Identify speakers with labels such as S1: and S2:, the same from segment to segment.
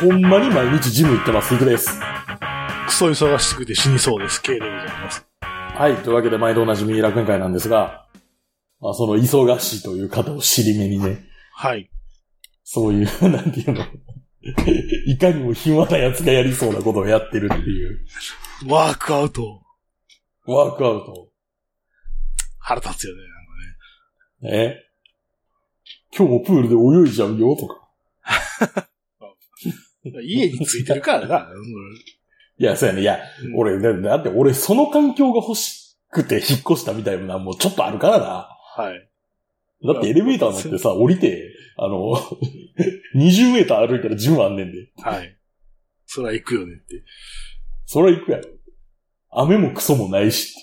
S1: ほんまに毎日ジム行ってます、グです。
S2: クソ忙しくて死にそうです。K でございます。
S1: はい、というわけで毎度おなじみ楽園会なんですが、まあ、その忙しいという方を尻目にね、
S2: はい。
S1: そういう、 なんていうの、いかにも暇な奴がやりそうなことをやってるっていう、
S2: ワークアウト、
S1: ワークアウト。
S2: 腹立つよね。
S1: ね。今日もプールで泳いじゃうよとか。
S2: 家についてるから な。うん
S1: いや、そうやね。いや、俺、だだって俺、その環境が欲しくて引っ越したみたいな、もうちょっとあるからな。
S2: はい。
S1: だってエレベーター乗ってさ、降りて、あの、20メーター歩いたらジムあんねんで。
S2: はい。そら行くよねって。
S1: それ行くやろ。雨もクソもないし。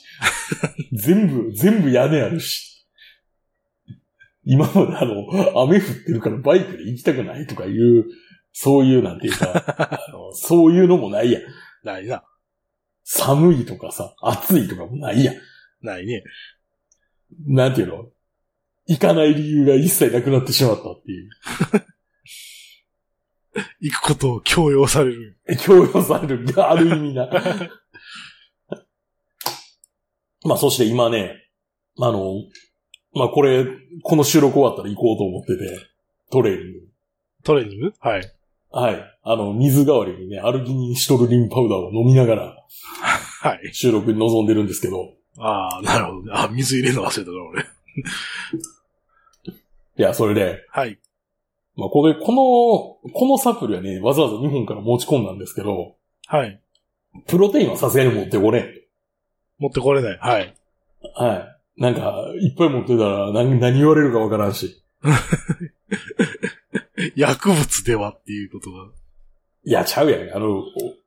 S1: 全部、全部屋根あるし。今まであの、雨降ってるからバイクで行きたくないとかいう、そういうなんていうか、あのそういうのもないやん。
S2: ないな。
S1: 寒いとかさ、暑いとかもないやん。
S2: ないね。
S1: なんていうの行かない理由が一切なくなってしまったっていう。
S2: 行くことを強要される。
S1: 強要されるがある意味な。 まあ、そして今ね、あの、まあ、これ、この収録終わったら行こうと思ってて、トレーニング。
S2: トレーニングはい。
S1: はい。あの、水代わりにね、アルギニンシトルリンパウダーを飲みながら
S2: はい。
S1: 収録に臨んでるんですけど、
S2: ああ、なるほどね。あ、水入れるの忘れたな、俺。
S1: いや、それで、
S2: はい。
S1: まあ、これ、この、このサプリはね、わざわざ日本から持ち込んだんですけど、
S2: はい。
S1: プロテインはさすがに持ってこれん。
S2: 持ってこれない。はい。
S1: はい。なんか、いっぱい持ってたら何、何言われるかわからんし。
S2: 薬物ではっていうことが。
S1: いや、ちゃうやん。あの、お、お、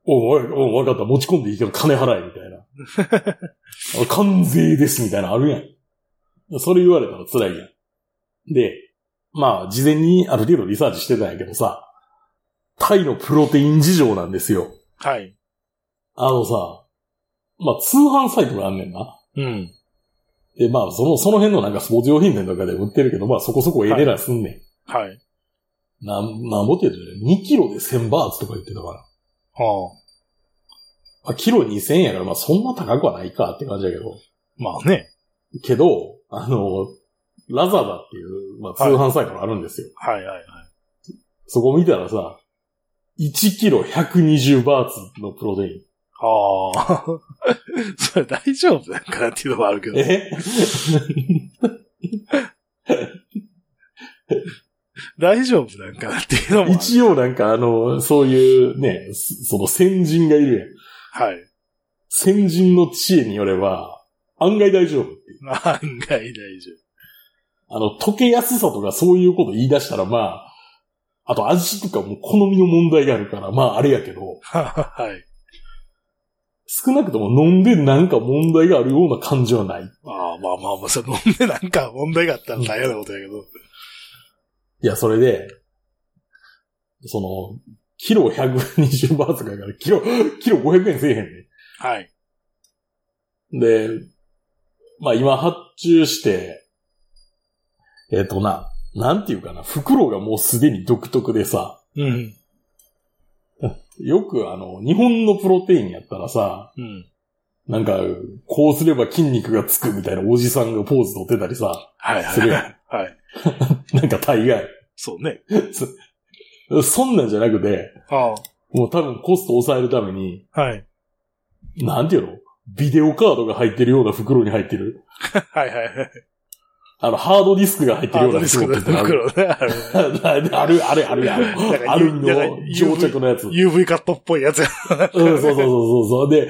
S1: お、おわかった。持ち込んでいいけど金払え、みたいな。あの関税です、みたいなのあるやん。それ言われたら辛いやん。で、まあ、事前にある程度リサーチしてたんやけどさ、タイのプロテイン事情なんですよ。
S2: はい。
S1: あのさ、まあ、通販サイトがあんねんな。
S2: うん。
S1: で、まあ、その、その辺のなんかスポーツ用品店とかで売ってるけど、まあ、そこそこええ値段すんねん。
S2: はい。
S1: なん、なんぼって言うとね、2キロで1000バーツとか言ってたから。
S2: はあ。
S1: まあ、キロ2000円やから、まあ、そんな高くはないかって感じやけど。
S2: まあね。
S1: けど、あの、ラザダっていう、まあ、通販サイトがあるんですよ。
S2: はいはいはい。
S1: そこ見たらさ、1キロ120バーツのプロテイ
S2: ああ。 それ大丈夫なんかなっていうのもあるけ
S1: ン。
S2: ど。
S1: え
S2: 大丈夫なんかなっていうのもある。
S1: 一応なんかあの、そういうね、そその先人がいるやん。
S2: はい。
S1: 先人の知恵によれば、案外大丈夫っていう。
S2: 案外大丈
S1: あの、溶けやすさとかそういうこと言い出したらまあ、あと味とかも好みの問題があるから、まああれやけど、
S2: 夫。はい。
S1: 少なくとも飲んでなんか問題があるような感じはない。
S2: ああ、まあまあまあ、それ飲んでなんか問題があったら大変なことやけど。
S1: いや、それで、その、キロ120バーツかから、キロ、 キロ500円せえへん
S2: はい。
S1: ね。で、まあ今発注して、えっ、とな、なんていうかな、袋がもうすでに独特でさ、
S2: うん。
S1: よくあの、日本のプロテインやったらさ、
S2: うん。
S1: なんか、こうすれば筋肉がつくみたいなおじさんがポーズ取ってたりさ、
S2: はいは
S1: する
S2: い。
S1: や
S2: はい。
S1: ん。なんか大概。
S2: そうね。
S1: そんなんじゃなくて、
S2: あ
S1: もう多分コスト抑えるために、
S2: あ。はい。
S1: なんていうのビデオカードが入ってるような袋に入ってる。
S2: はいはいはい。
S1: あの、ハードディスクが入ってる
S2: ハ
S1: ような
S2: ードディスク
S1: 袋
S2: の
S1: って言ったら
S2: 袋ね。あ
S1: あ
S2: れ
S1: る。ある、あれ、あるや
S2: なんか
S1: ん。あるの
S2: なんか、
S1: 乗着のやつ。うん、
S2: UV カットっぽいやつや。はい
S1: そうそうそうそうそう。で、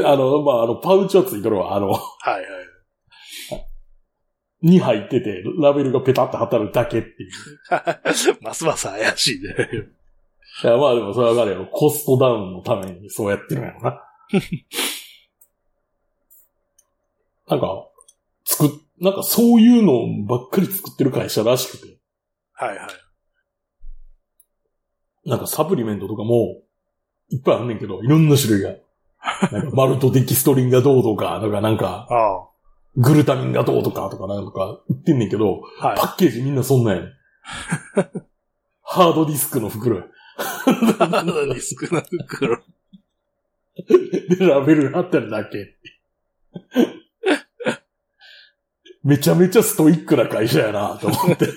S1: で、あの、まあ、あの、パウチはついてるわ。あの、
S2: はい。
S1: に入ってて、ラベルがペタッと貼ってあるだけっていう。
S2: ますます怪しいね。
S1: いや、まあでもそれはわかるよ。コストダウンのためにそうやってるんやろな。なんか、作っ、なんかそういうのばっかり作ってる会社らしくて。
S2: はいはい。
S1: なんかサプリメントとかも、いっぱいあんねんけど、いろんな種類が。なんかマルトデキストリンがどうとか、とかなんか、
S2: ああ。
S1: グルタミンがどうとか、とかなんか言ってんねんけど、
S2: はい
S1: パ。ッケージみんなそんなんやねん。ハードディスクの袋や。
S2: 何に少な袋。
S1: で、ラベル貼ったるだけ。めちゃめちゃストイックな会社やなと思って。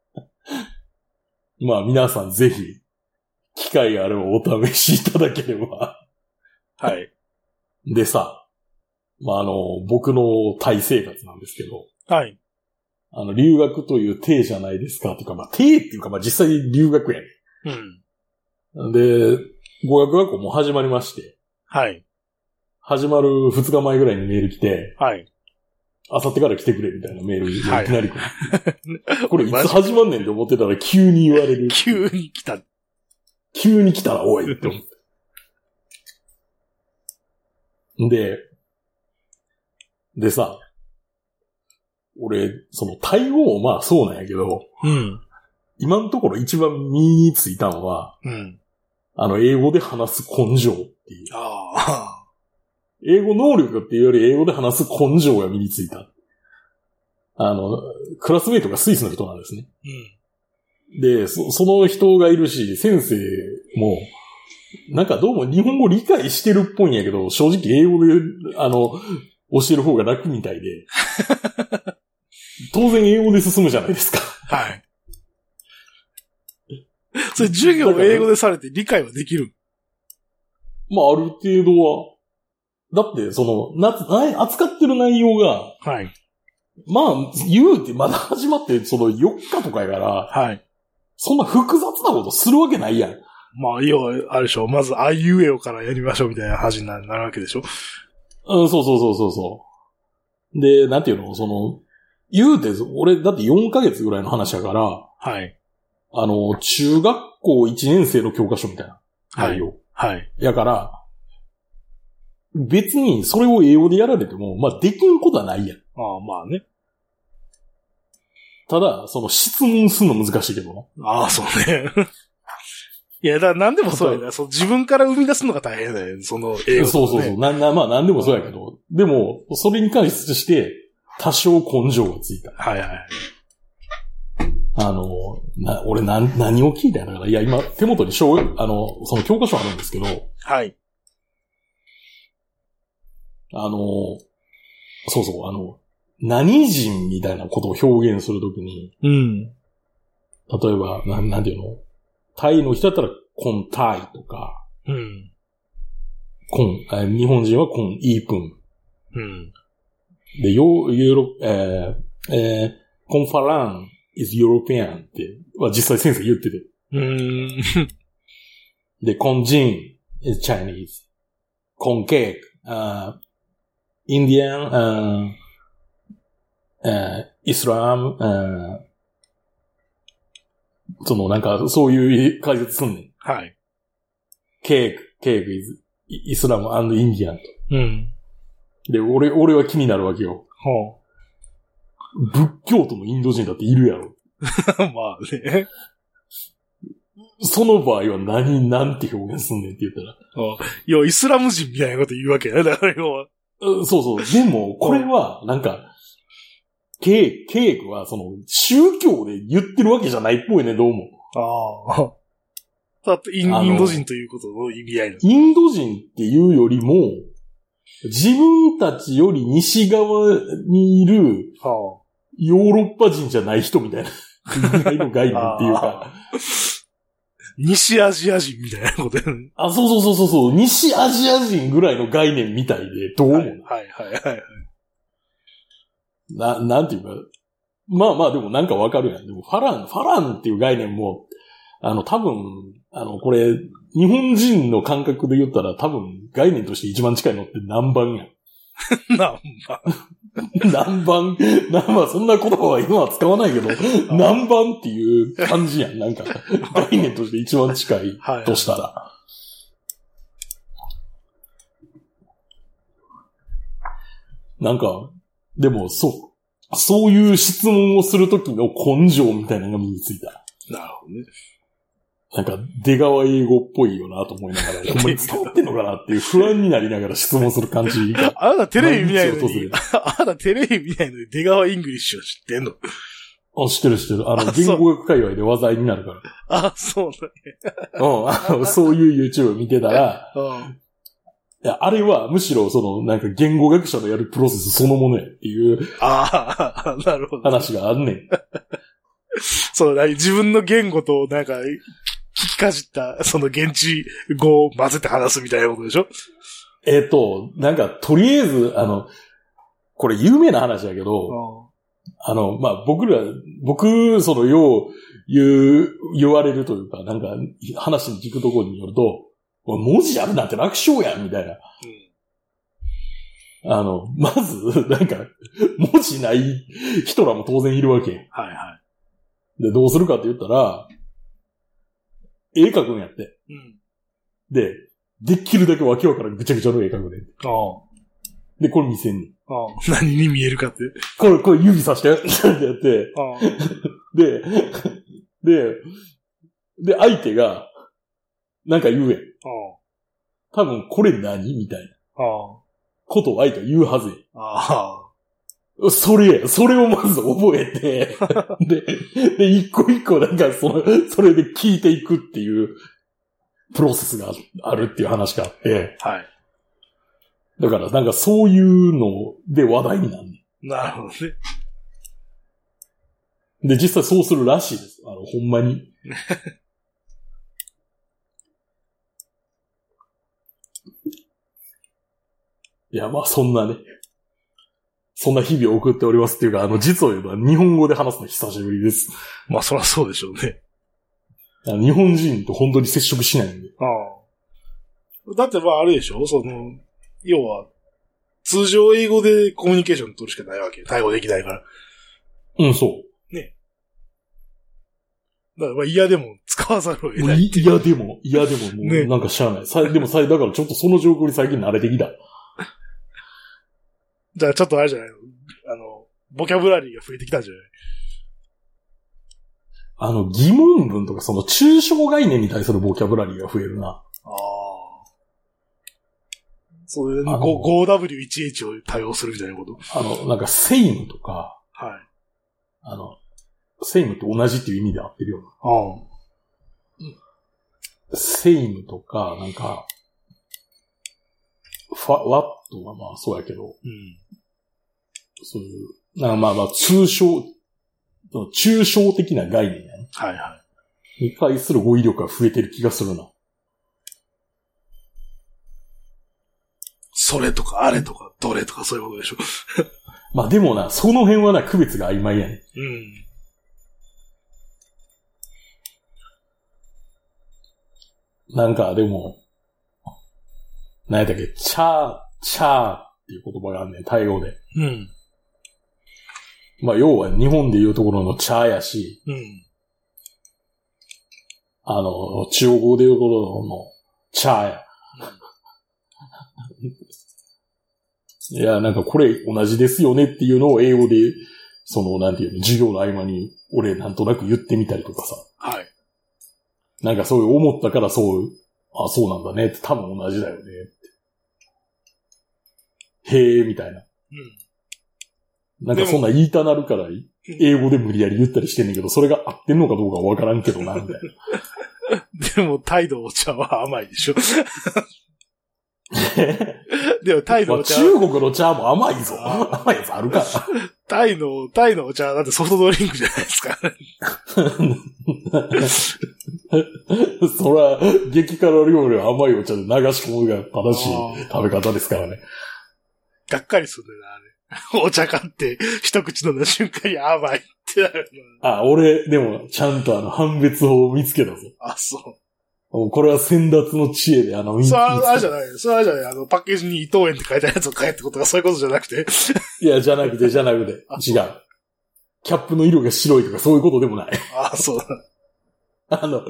S1: まあ皆さんぜひ、機会があればお試しいただければ。
S2: はい。
S1: でさ、まああの、僕のタイ生活なんですけど、
S2: はい。
S1: あの、留学という体じゃないですかとか、まあ体っていうかまあ実際に留学や
S2: う
S1: ね。
S2: ん。
S1: で、語学学校もう始まりまして、
S2: はい。
S1: 始まる2日前ぐらいにメール来て、
S2: はい。
S1: あさってから来てくれみたいなメールがいきなり来る。これい
S2: マ
S1: つ
S2: ジ
S1: 始まんねんって思ってたら急に言われる。
S2: 急に来た。
S1: 急に来たらおいって思う。で、でさ、俺、その対応もまあそうなんやけど、
S2: うん。
S1: 今のところ一番身についたのは、
S2: うん。
S1: あの、英語で話す根性っていう。
S2: あ
S1: 英語能力っていうより英語で話す根性が身についた。あの、クラスメイトがスイスの人なんですね。
S2: ーうん。
S1: で、そその人がいるし、先生も、なんかどうも日本語理解してるっぽいんやけど、正直英語で、あの、教える方が楽みたいで。当然英語で進むじゃないですか。
S2: はい。 それ授業を英語でされて理解はできる。
S1: まあ、ある程度は。だって、その、な、な、扱ってる内容が、
S2: はい。
S1: まあ、言うて、まだ始まって、その4日とかやから、
S2: はい。
S1: そんな複雑なことするわけないやん。
S2: まあ、要は、あれでしょ。まず、あいうえおからやりましょうみたいな話になるわけでしょ。
S1: うん、そうそうそうそうそう。で、なんていうのその、言うて、俺、だって4ヶ月ぐらいの話やから、
S2: はい。
S1: あの、中学校1年生の教科書みたいな内容。
S2: はい。
S1: やから、別にそれを英語でやられても、まあ、できんことはないやん。
S2: ああ、まあね。
S1: ただ、その質問するの難しいけどな。
S2: ああ、そう ね。いや、だから何でもそうやな。そう自分から生み出すのが大変だよ。その英語、ね。
S1: そうそうそう。な、な、まあ、なんでもそうやけど。でも、それに関して、多少根性がついた。
S2: はいはい。
S1: あの、な、俺、な、何を聞いたんだから。いや、今、手元に小学、あの、その教科書あるんですけど、
S2: はい。
S1: あの、そうそう、あの、何人みたいなことを表現するときに、
S2: うん。
S1: 例えば、なん、なんていうのタイの人だったら、コンタイとか、
S2: うん。
S1: コン、えー日本人はコンイープン。
S2: うん。
S1: で、ヨーヨーロ、えーえーコンファラン is European って、は実際先生言ってて。
S2: うん。
S1: で、コンジン is Chinese. コンケーク、あインディアン、えイスラム、あーそのなんかそういう解説すんねん。
S2: はい。
S1: ケーク、ケーク is イスラムインディアンと。
S2: うん。
S1: で、俺、俺は気になるわけよ。
S2: ほ
S1: 仏教徒のインド人だっているやろ。
S2: う。 まあね。
S1: その場合は何、なんて表現すんねんって言ったら。
S2: 要はイスラム人みたいなこと言うわけやね。だから要は。
S1: うんそうそう。でも、これは、なんか、ケーク、ケークは、その、宗教で言ってるわけじゃないっぽいね、どうも。
S2: ああ。 だってイン
S1: あの
S2: インド人ということの意味合いなんです。
S1: インド人っていうよりも、自分たちより西側にいる
S2: は
S1: ヨーロッパ人じゃない人み たいな、ぐらいの概念っていうか。
S2: あ。西アジア人みたいなことやね。
S1: あ、そうそうそうそうそう、西アジア人ぐらいの概念みたいで、どうも。
S2: はいはいはいはい。
S1: な、なんていうか、まあまあでもなんかわかるやん。でもファラン、ファランっていう概念も、あの多分、あのこれ、日本人の感覚で言ったら多分概念として一番近いのって南蛮やん。
S2: なんば。
S1: 南蛮、南蛮、そんな言葉は今は使わないけど、南蛮っていう感じ やん。なんか、概念として一番近い
S2: はい。
S1: としたら。なんか、でも、そう。そういう質問をするときの根性みたいなのが身についた。
S2: なるほどね。
S1: なんか、出川英語っぽいよなと思いなが ら、ほんまに伝わってんのかなっていう不安になりながら質問する感じが。
S2: あなたテレビ見ないの
S1: 毎日訪れ
S2: に
S1: る、
S2: あなたテレビ見ないのに出川イングリッシュを知ってんの。
S1: あ、知ってる知ってる。あの、
S2: あそう
S1: 言語学界隈で話題になるから。
S2: あ、そ う
S1: うん、あの、そういう YouTube 見てたら、
S2: だね。
S1: いや、あれはむしろその、なんか言語学者のやるプロセスそのものやっていう
S2: ああ、 なるほど。
S1: 話があんねん。
S2: そうだ、自分の言語と、なんか、聞きかじった、その現地語を混ぜて話すみたいなことでしょ
S1: えっ、と、なんか、とりあえず、あの、これ有名な話だけど、あの、まあ、僕ら、僕、その、よう、言う、言われるというか、なんか、話に聞くところによると、おい文字あるなんて楽勝やん、みたいな。あの、まず、 なんか、文字ない人らも当然いるわけ。
S2: はいは
S1: で、どうするかって言ったら、絵描くんやって。
S2: い。うん。
S1: で、できるだけわけわからんぐちゃぐちゃの絵描くね。
S2: ああ
S1: で、これ見せんねん。
S2: ああ何に見えるかって。
S1: これ、これ指さして、 ってやって、
S2: ああ
S1: で、で、で、相手が、なんか言うやん。多分これ何みたいな
S2: ああ
S1: ことを相手は言うはずやん。
S2: ああ
S1: それや、それをまず覚えて、で、で、一個一個なんかその、それで聞いていくっていう、プロセスがあるっていう話があって、
S2: はい。
S1: だからなんかそういうので話題になる、ね
S2: なるほどね。
S1: ん。で、実際そうするらしいです。あの、ほんまに。 いや、まあそんなね、そんな日々を送っておりますっていうか、あの、実を言えば日本語で話すの久しぶりです。
S2: まあ、そりゃそうでしょうね。
S1: あの日本人と本当に接触しないんで。
S2: ああだってまあ、あれでしょその、要は、通常英語でコミュニケーション取るしかないわけ。対応できないから。だか
S1: うん、そ
S2: らまあ嫌でも使わざるを
S1: う。
S2: 得
S1: もう
S2: ない
S1: い
S2: っていう。
S1: いや、でも、いや、でも、も
S2: ね
S1: う、なんかしゃあない。さでもさ、だからちょっとその状況に最近慣れてきた。
S2: じゃあちょっとあれじゃないのあの、ボキャブラリーが増えてきたんじゃない
S1: あの、疑問文とか、その、抽象概念に対するボキャブラリーが増えるな。
S2: ああ。それで、
S1: あの
S2: 5W1H を対応するみたいなこと。
S1: あの、なんか、セイムとか、
S2: はい。
S1: あの、セイムと同じっていう意味で合ってるような。
S2: あ
S1: セイムとか、なんか、ファ、ワットはまあそうやけど、
S2: うん。
S1: そういう、なんかまあまあ、通称、その抽象的な概念やね。
S2: はいは
S1: に対する語彙力が増えてる気がするな。
S2: い。それとか、あれとか、どれとか、そういうことでしょ。
S1: まあでもな、その辺はな、区別が曖昧やね。
S2: うん。
S1: なんか、でも、なんやったっけ、チャー、チャーっていう言葉があんねん、対応で。
S2: うん。
S1: まあ要は日本でいうところのチャーやし、
S2: うん。
S1: あの、中国語でいうところのチャーや。いや、なんかこれ同じですよねっていうのを英語で、その、なんていうの、授業の合間に俺なんとなく言ってみたりとかさ。
S2: はい。
S1: なんかそういう思ったからそう、あ、そうなんだねって多分同じだよねって。へえ、みたいな。なん
S2: で
S1: か
S2: も
S1: そんな言いたなるから、英語で無理やり言ったりしてんねんけど、それが合ってんのかどうかわからんけどな、みたいな。
S2: うん。でも、態度お茶は甘いでしょ。でも、タイの
S1: ま
S2: お
S1: あ、
S2: 茶、
S1: 中国の茶も甘いぞ。
S2: あ
S1: 甘いやつあるから。
S2: タイの、タイのお茶はだってソフトドリンクじゃないですか。
S1: そら、激辛料理は甘いお茶で流し込むが正しい食べ方ですからね。
S2: がっかりするんだよな、あれ。お茶買って、一口飲んだ瞬間に甘いってなる
S1: あ、俺、でも、ちゃんとあの、判別法を見つけたぞ。
S2: な。あ、そ
S1: これは先達の知恵で、あの、
S2: う。
S1: 見
S2: それ
S1: 見つけ
S2: は、あ
S1: た
S2: れじゃない。それはあれじゃない。あの、パッケージに伊藤園って書いたやつを買えってことがそういうことじゃなくて。
S1: いや、じゃなくて、じゃなくて。違う。キャップの色が白いとかそういうことでもない。
S2: あ、そうだ。
S1: あの、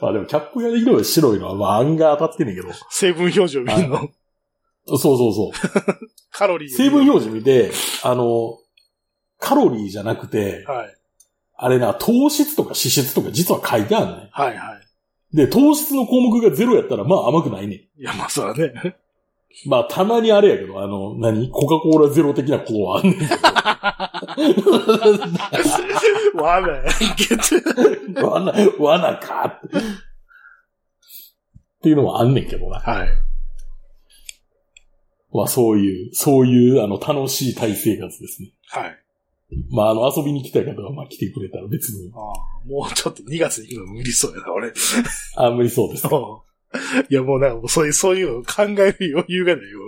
S1: まあでもキャップが色が白いのは、まあ案が当たってんねんけど。
S2: 成分表示を見るの。
S1: そうそうそう。
S2: カロリー。
S1: 成分表示見て、あの、カロリーじゃなくて、
S2: はい。
S1: あれな、糖質とか脂質とか実は書いてあるね
S2: はいはい。
S1: ん。で、糖質の項目がゼロやったら、まあ甘くないねん。
S2: いや、まあ、そらね。
S1: まあ、たまにあれやけど、あの、何コカ・コーラゼロ的なことはあんね んけど。
S2: わめ。
S1: 罠、罠かって。っていうのはあんねんけどな。
S2: はい。
S1: まあ、そういう、そういう、あの、楽しい体生活ですね。
S2: はい。
S1: まあ、あの、遊びに来たい方が、まあ、来てくれたら別に、
S2: ああもうちょっと2月に行くの無理そうやな、俺。
S1: あんまりそうです。
S2: いや、もうなんかもうそういう、そういうの考える余裕がないよ。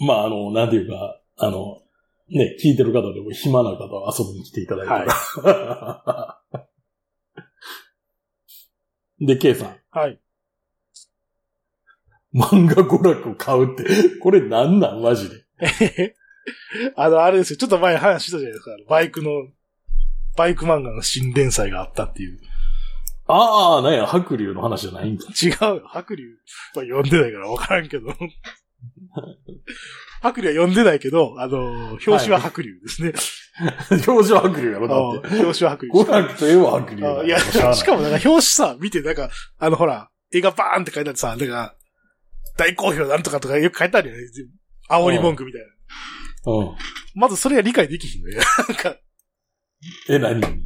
S1: まあ、あの、なんていうか、あの、ね、聞いてる方でも暇な方は遊びに来ていただいて。で、K さん、
S2: はい。
S1: 漫画娯楽買うって、これなんなんマジで。
S2: あの、あれですよ。ちょっと前話したじゃないですか。バイクの、バイク漫画の新連載があったっていう。
S1: ああ、なんや、白龍の話じゃないんか。
S2: 違うよ。白龍は読んでないから分からんけ ど。白龍は読んでないけど、あの、表紙は白龍 ですね。
S1: 表情白龍やろ、
S2: あの
S1: だって。
S2: 表紙は白龍。
S1: 娯楽といえば白龍だ
S2: あ
S1: よ
S2: いや、
S1: しゃあない
S2: しかもなんか表紙さ、見て、なんか、あのほら、映画バーンって書いてあってさ、なんか、大好評なんとかとかよく書いてあるよね。煽り文句みたいな。
S1: うん。
S2: まずそれが理解できひんのよ。なんか、
S1: え、 何
S2: あの、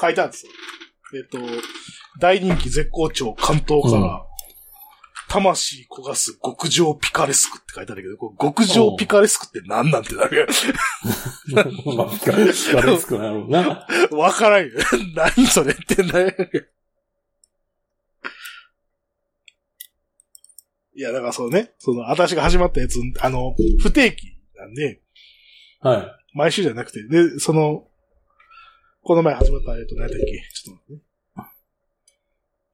S2: 書いてあるんですよ。えっと、大人気絶好調関東から、
S1: うん
S2: 魂焦がす極上ピカレスクって書いてあるけど、これ極上ピカレスクって何なんてなるやん
S1: まあ、疲れ、疲れつくなるな。
S2: わからんよ。 何それってなるいや、だからそうね、その、私が始まったやつ、あの、不定期なんで、
S1: はい。
S2: 毎週じゃなくて、で、その、この前始まった、えっと、何だっけ、ちょっと待ってね。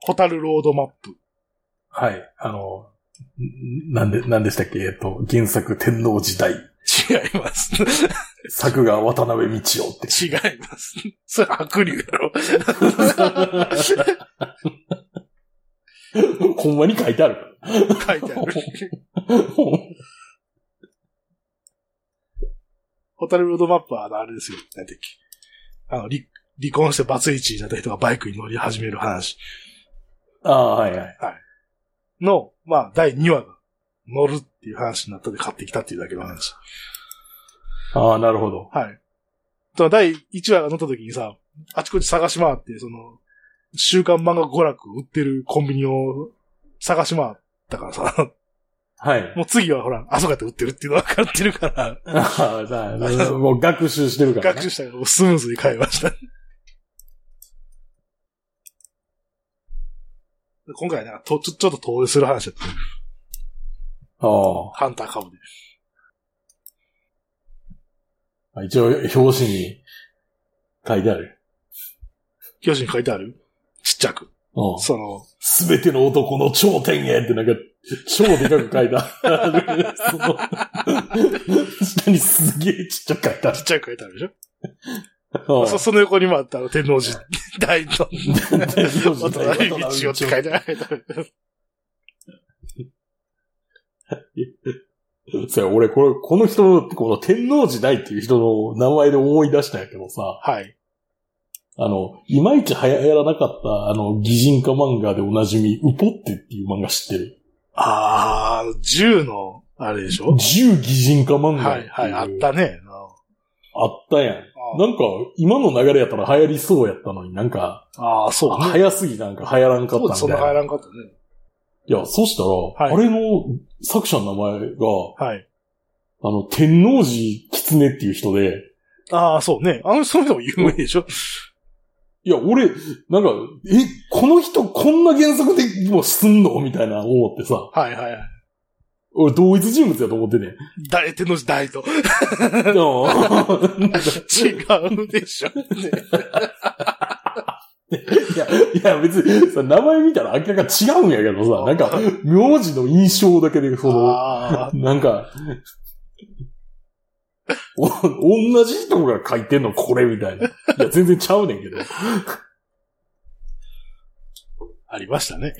S2: ホタルロードマップ。
S1: はい。あの、んなんで、なんでしたっけえっと、原作天皇時代。
S2: 違います。
S1: 作画渡辺道夫って。
S2: 違います。それ悪竜だろ。
S1: ほんまに書いてあるか
S2: 書いてあ
S1: ら。
S2: る。ホタルロードマップは、あの、あれですよ。なんてっけ。あの、離離婚してバツイチになった人がバイクに乗り始める話
S1: あ あ、はいはい。
S2: の、まあ、第2話が乗るっていう話になったで買ってきたっていうだけの話。
S1: ああ、なるほど。
S2: はい。と、第1話が乗った時にさ、あちこち探し回って、その、週刊漫画娯楽売ってるコンビニを探し回ったからさ、
S1: はい。
S2: もう次はほら、あそこやって売ってるっていうの分かってるから、
S1: ああ、さあもう学習してるから、ね。
S2: 学習したからスムーズに買いました。今回なんかとちょ、ちょっと遠出する話だった。
S1: あ
S2: ハンター株で。
S1: あ。一応、表紙に書いてある。
S2: 表紙に書いてあるちっちゃく。
S1: うん
S2: その、
S1: すべての男の頂点へってなんか、超でかく書いた。その、下にすげえちっちゃく書いた。
S2: ちっちゃく書いてあるでしょ、
S1: うん
S2: そその横にもあったあの天皇寺大の
S1: 天皇
S2: お
S1: 時代
S2: 隣道をって書いてある。
S1: そや、俺、これ、この人の、この天皇時代っていう人の名前で思い出したんやけどさ、
S2: はい。
S1: あの、いまいち流行らなかった、あの、擬人化漫画でおなじみ、ウポッテっていう漫画知ってる。
S2: あー、銃の、あれでしょ
S1: 銃擬人化漫画
S2: は
S1: って
S2: い、
S1: いう
S2: はい、あったね。
S1: あったやん。
S2: あ
S1: なんか、今の流れやったら流行りそうやったのになんか、
S2: あー、そうね。
S1: 早すぎなんか流行らんかった
S2: 当
S1: み
S2: 時
S1: た
S2: そ
S1: い
S2: んな
S1: な。
S2: 入らんかったね。
S1: いや、そしたら、
S2: い
S1: あれの作者の名前が、
S2: はい。
S1: あの、天王寺狐っていう人で、
S2: ああ、そうね。あの、その人も有名でしょ
S1: いや、俺、なんか、え、この人こんな原作でもうすんのみたいな思ってさ、
S2: はいはいはい。
S1: 俺同一人物やと思って ね。
S2: 誰手の大と
S1: でも
S2: 違うでしょ、ね、
S1: いや、いや別にさ、名前見たら明らかに違うんやけどさ、なんか、名字の印象だけで、その、
S2: あ
S1: なんか、お、同じ人が書いてんのこれみたいな。いや、全然ちゃうねんけど。
S2: あ、ありましたね。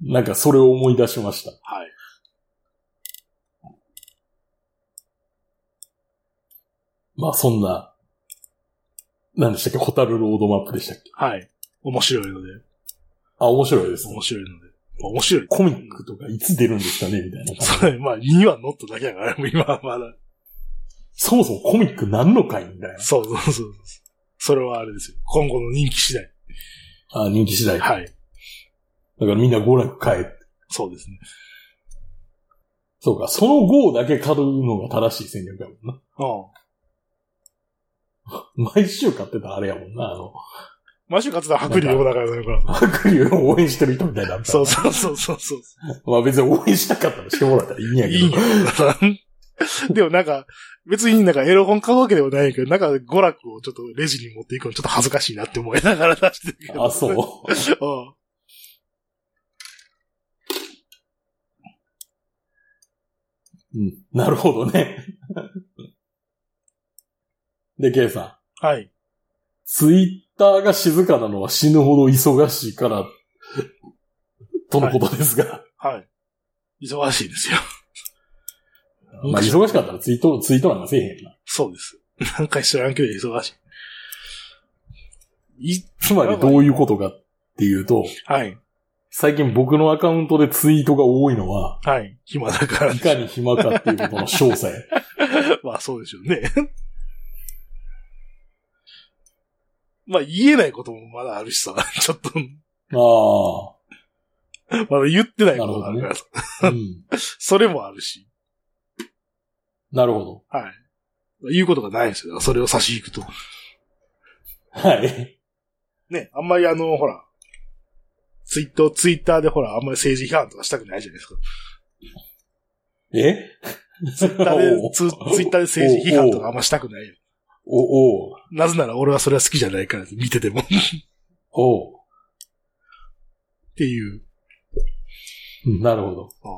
S1: なんか、それを思い出しました。
S2: はい。
S1: まあ、そんな、なんでしたっけホタルロードマップでしたっけ
S2: はい。面白いので。
S1: あ、面白いですね。
S2: 面白いので。面白い。
S1: コミックとかいつ出るんですかねみたいな感じ。
S2: それ、まあ、理にはノットだけやから、もう今はまだ。
S1: そもそもコミックなんのかいみたい
S2: そうそうそうそう。それはあれですよ。今後の人気次第。
S1: な。あ人気次第。だか
S2: はい。
S1: らみんな娯楽変え。
S2: そうですね。
S1: そうか、その号だけ買うのが正しい戦略やもん
S2: うん。
S1: な。毎週買ってたあれやもんな、あの、
S2: 毎週買ってたら白竜横だからね、これは
S1: 白龍を応援してる人みたいになった。
S2: そうそうそうそうそう。
S1: まあ別に応援したかったらしてもらったらいいんやけど。
S2: いいんやけど でもなんか、別になんかエロ本買うわけでもないけど、なんか娯楽をちょっとレジに持っていくのちょっと恥ずかしいなって思いながら出してるけど。
S1: あ、そうう。う
S2: ん。
S1: ん。なるほどね。 で、ケイさん。
S2: はい。
S1: ツイッターが静かなのは死ぬほど忙しいから、とのことですが。
S2: はい。忙しいですよ。
S1: まあ忙しかったらツイート、ツイートなんかせえへんな。
S2: そうです。なんか知らんけど忙しい。い、
S1: つまりどういうことかっていうと、
S2: はい。
S1: 最近僕のアカウントでツイートが多いのは、
S2: はい。暇だから
S1: い。かに暇かっていうことの詳細。
S2: まあそうでしょうね。まあ言えないこともまだあるしさ、ちょっと、
S1: あ
S2: まだ言ってないことがあるからさ、
S1: あ。うん。
S2: それもあるし、
S1: なるほど。
S2: はい。言うことがないんですよ。それを差し引くと。
S1: はい。
S2: ね、あんまりあの、ほら、ツイッター、ツイッターでほら、あんまり政治批判とかしたくないじゃないですか。
S1: え
S2: ツイッター
S1: おう
S2: で、ツツイッターで政治批判とかあんましたくないよ。
S1: お、おう、
S2: なぜなら俺はそれは好きじゃないから、見てても。っ
S1: おう。
S2: ていう。
S1: うんなるほど。
S2: ああ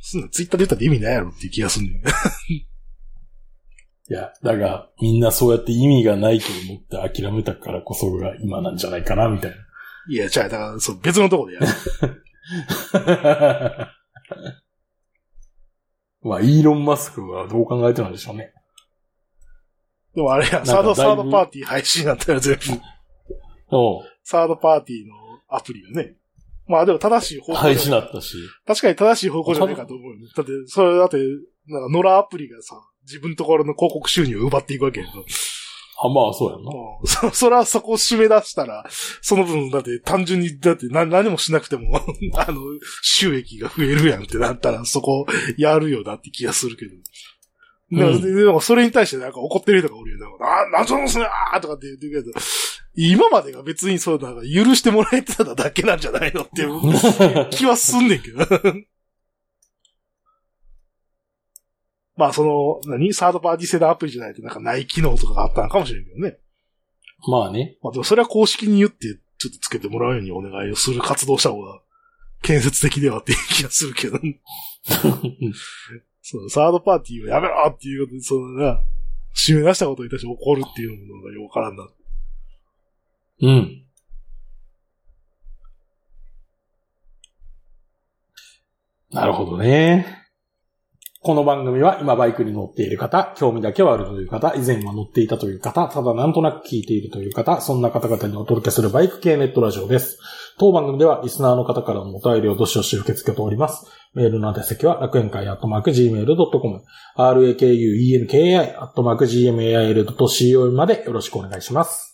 S2: そんなツイッターで言ったら意味ないやろっていう気がするんだよ ね。
S1: いや、だが、みんなそうやって意味がないと思って諦めたからこそが今なんじゃないかな、みたいな。
S2: いや、じゃあ、だから、そう、別のとこでやる。
S1: まあ、イーロン・マスクはどう考えてるんでしょうね。
S2: でもあれや、
S1: んか
S2: サード、
S1: だ
S2: サ
S1: い
S2: ー
S1: ぶ
S2: ドパーティー配信なんだよ、全部。
S1: おう
S2: サードパーティーのアプリがね。まあでも正しい方向
S1: 廃止
S2: じゃ
S1: だ
S2: ない。
S1: ったし。
S2: 確かに正しい方向じゃないかと思うよね。だって、それだって、なんか、野良アプリがさ、自分のところの広告収入を奪っていくわけやけど。
S1: あ、まあ、そうやんな。
S2: うんそ、 そらそこを締め出したら、その分、だって単純に、だってな何もしなくても、 あの、収益が増えるやんってなったら、そこやるよなって気がするけど。なんか
S1: う
S2: ででもそれに対してなんか怒ってる人がおるよ。なんかあー、なんそのすね、あーとかって言ってるけど、今までが別にそう、なんか許してもらえてただけなんじゃないのっていう 気はすんねんけど。まあその、何サードパーティー製のアプリじゃないとなんかない機能とかがあったのかもしれんけどね。
S1: まあね。
S2: まあでもそれは公式に言って、ちょっとつけてもらうようにお願いをする活動した方が、建設的ではっていう気がする けど。そのサードパーティーをやめろっていうことで、そのな、締め出したことに対して怒るっていうのがよくわからんな。
S1: うん。なるほどね。この番組は今バイクに乗っている方、興味だけはあるという方、以前は乗っていたという方、ただなんとなく聞いているという方、そんな方々にお届けするバイク系ネットラジオです。当番組ではリスナーの方からのお便りをどしどし受け付けております。メールの宛先は楽園会アットマーク gmail.com、rakuenki アットマーク gmail.co までよろしくお願いします。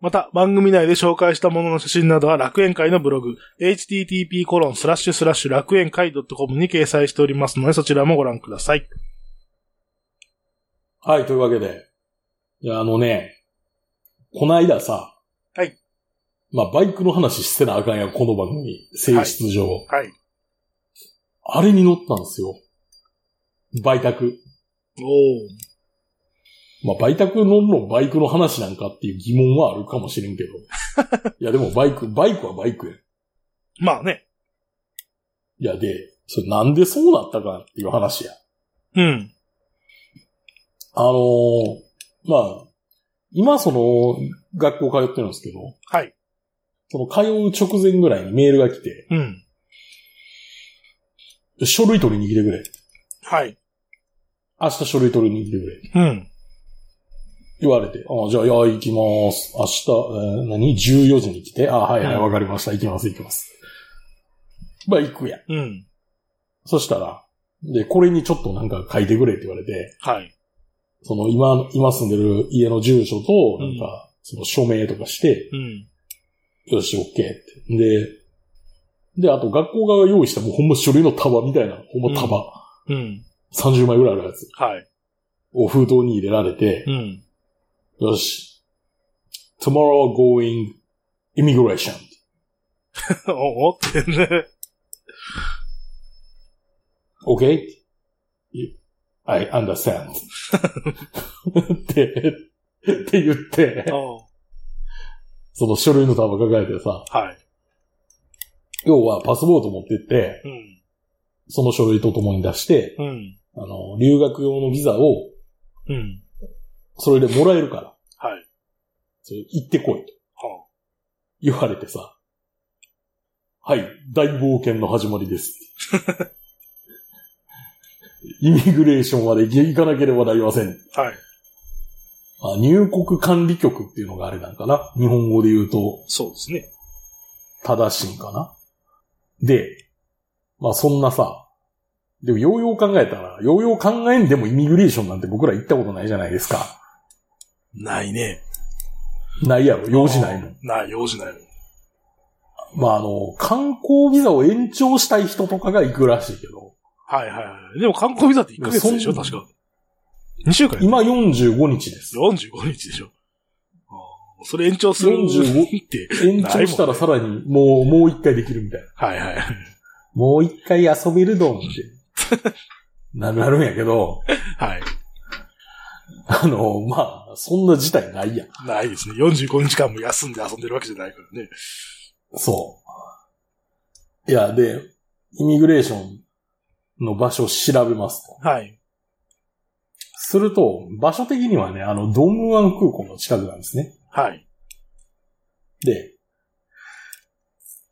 S2: また、番組内で紹介したものの写真などは楽園会のブログ、http コロンスラッシュスラッシュ楽園会 .com に掲載しておりますので、そちらもご覧ください。
S1: はい、というわけで。いや、あのね、こないださ。
S2: はい。
S1: まあ、バイクの話してなあかんやん、この番組。性質上。
S2: はい。
S1: あれに乗ったんですよ。売卓。
S2: おー。
S1: まあ、売卓乗るのバイクの話なんかっていう疑問はあるかもしれんけ ど。いや、でもバイク、バイクはバイクや。い
S2: まあね。
S1: や、で、それなんでそうなったかっていう話や。
S2: うん。
S1: あのーまあ、今その、学校通ってるんですけど、
S2: はい。
S1: その通う直前ぐらいにメールが来て、
S2: うん。
S1: 書類取りに来てくれ。
S2: はい。
S1: 明日書類取りに来てくれ。
S2: うん。
S1: 言われて、あじゃあ、いや、行きます。明日、えー何 ?14 時に来て、あはいはい、
S2: うん
S1: わかりました。行きます、行きます。まあ行くやん。
S2: うん。
S1: そしたら、で、これにちょっとなんか書いてくれって言われて、
S2: はい。
S1: その今、今住んでる家の住所と、なんか、その署名とかして、
S2: うん。
S1: よし、オッケーって。で、で、あと学校側が用意したもうほんま書類の束みたいな、ほんま束、
S2: うん。
S1: 30枚ぐらいあるやつ
S2: はい。
S1: を封筒に入れられて
S2: う、ん。
S1: よし、tomorrow going immigration
S2: おおってね。
S1: Okay? You- I understand. って、って言って、
S2: お
S1: その書類の束抱えてさ、
S2: はい。
S1: 要はパスポート持ってって、
S2: うん。
S1: その書類と共に出して、
S2: うん。
S1: あの、留学用のビザを、
S2: うん。
S1: それでもらえるから、
S2: はい。
S1: それ行ってこいと
S2: は
S1: 言われてさ、はい、大冒険の始まり です。イミグレーションまで行かなければなりません。
S2: あはい。
S1: あ入国管理局っていうのがあれなんかな日本語で言うと、
S2: そうですね。
S1: 正しいんかなで、まあそんなさ、でもようよう考えたら、ようよう考えんでもイミグレーションなんて僕ら行ったことないじゃないですか。
S2: ないね。
S1: ないやろ、用事ないもん。
S2: ない、用事ないもん。
S1: まああの、観光ビザを延長したい人とかが行くらしいけど、
S2: はいはいはい。でも観光ビザって1ヶ月でしょ
S1: いや
S2: 確
S1: そん
S2: か。2週間や
S1: 今45日です。
S2: 45日でしょあーそれ延長する
S1: 45
S2: って。
S1: 延長したらさらにもう、もう一回できるみたいな。
S2: はいはい。
S1: もう一回遊べるドンって。な、なるんやけど、
S2: はい。
S1: あの、まあ、そんな事態ないやん。
S2: ないですね。45日間も休んで遊んでるわけじゃないからね。
S1: そう。いや、で、イミグレーションの場所を調べますと。
S2: はい。
S1: すると、場所的にはね、あの、ドンムワン空港の近くなんですね。
S2: はい。
S1: で、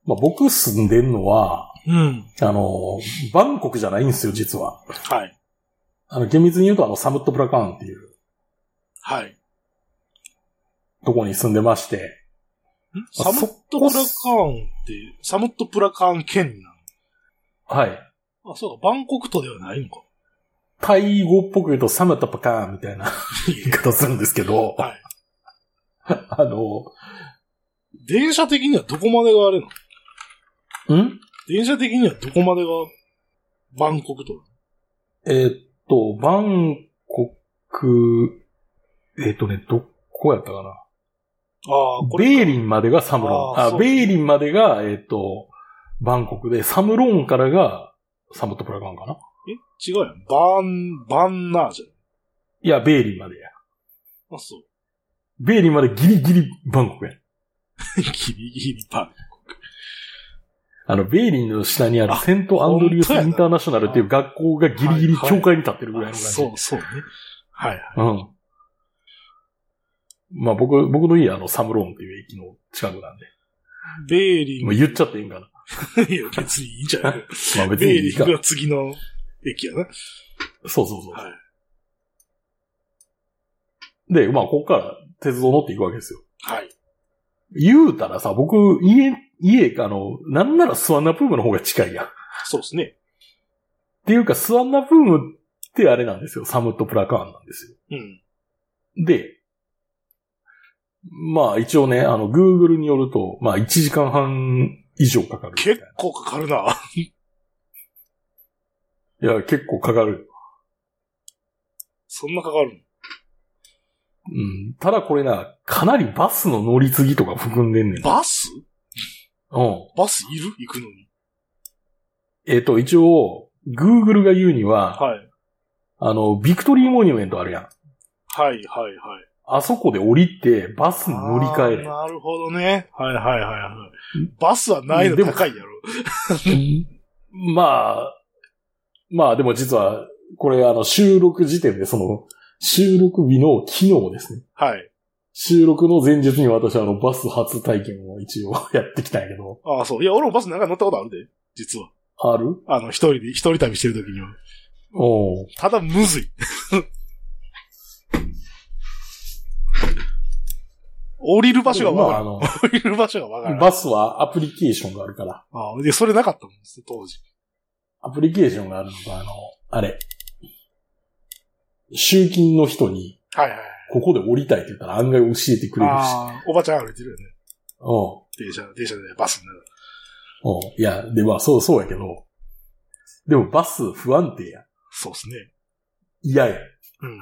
S1: まあ、僕住んでんのは、
S2: うん。
S1: あの、バンコクじゃないんですよ、実は。
S2: はい。
S1: あの、厳密に言うと、あの、サムットプラカーンっていう
S2: はい。
S1: とこに住んでまして、
S2: サムットプラカーンって、サムットプラカーン県な
S1: はい。
S2: のあ、そうか、バンコク都ではないのか。
S1: タイ語っぽく言うとサムタパカーンみたいな言い方するんですけど、
S2: はい。
S1: あの、
S2: 電車的にはどこまでがあれなの
S1: ん
S2: 電車的にはどこまでがバンコク都なの
S1: えーっと、バンコク、えーっとね、どこやったかな。
S2: ああ、これ。
S1: ベーリンまでがサムロン。
S2: あー
S1: あ
S2: そう
S1: ベーリンまでが、えーっと、バンコクで、サムロンからがサムトプラカーンかな。
S2: え違うやん。バン、バンナーじゃん。
S1: いや、ベーリンまでや。
S2: あ、そう。
S1: ベーリンまでギリギリバンコクや。
S2: ギリギリバン。
S1: あの、ベーリンの下にある
S2: あ
S1: セントアンドリュースインターナショナルっていう学校がギリギリ
S2: はいはい
S1: 境界に立ってるぐらいの感じ。
S2: そう、そうね。はいはい。
S1: うん。まあ僕、僕の家あの、サムローンっていう駅の近くなんで。
S2: ベーリン
S1: もう言っちゃっていいんかな。
S2: いや、別にいいんじゃ ない
S1: まあ別に
S2: ベー
S1: いい
S2: リ
S1: か
S2: ン。が次の駅やな。
S1: そうそうそう。
S2: はい。
S1: で、まあここから鉄道乗っていくわけですよ。
S2: はい。
S1: 言うたらさ、僕、家、家、あの、なんならスワンナプームの方が近いやん。っ
S2: そうですね。
S1: ていうか、スワンナプームってあれなんですよ。サムとプラカーンなんです
S2: うん。
S1: よ。で、まあ一応ね、あの、Google によると、まあ1時間半以上かかるみたい
S2: 結
S1: な。
S2: 構かかるな。
S1: いや、結構かかる。
S2: そんなかかる
S1: うん。ただこれな、かなりバスの乗り継ぎとか含んでんねん。
S2: のバス
S1: うん。
S2: バスいる行くのに。
S1: えっ、と、一応、Google が言うには、
S2: はい。
S1: あの、ビクトリーモニュメントあるやん。
S2: はい、はい、はい。
S1: あそこで降りて、バスに乗り換え
S2: あー
S1: る。
S2: なるほどね。はい、はい、はい、はい。バスはないの
S1: でも
S2: 高いやろ。
S1: まあ、まあでも実は、これあの、収録時点で、その、収録日の昨日ですね。
S2: はい。
S1: 収録の前日に私はあの、バス初体験を一応やってきたんやけど、
S2: ああ、そう。いや、俺もバスなんか乗ったことあるで。実は。
S1: ある
S2: あの、一人で、一人旅してる時には。
S1: おう
S2: ただ、むずい。 降りる場所が
S1: ま
S2: わ
S1: あ、あ
S2: からん。
S1: の、
S2: 降りる場所がわからん。あ
S1: バスはアプリケーションがあるから、
S2: あ、で、それなかったもんです、当時。
S1: アプリケーションがあるのが、あの、あれ、集金の人に、
S2: はいはい。
S1: ここで降りたいって言ったら案外教えてくれるし。
S2: ああ、おばちゃん歩いてるよね。
S1: うん。
S2: 電車、電車でバスの中で。
S1: うん。いや、で、まあ、そう、そうやけど。でも、バス不安定や。
S2: そうですね。
S1: 嫌や。
S2: うん。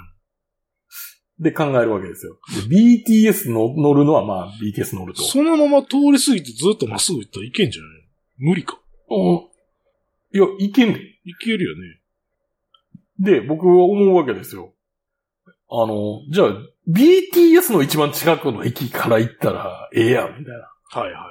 S1: で、考えるわけですよ。で BTS の乗るのは、まあ、BTS 乗ると。
S2: そのまま通り過ぎてずっとまっすぐ行ったらいけんじゃない無理か。
S1: うん。いや、いけんね
S2: いけるよね。
S1: ん。で、僕は思うわけですよ。あの、じゃあ、BTS の一番近くの駅から行ったら、ええやん、みたいな。
S2: はいはい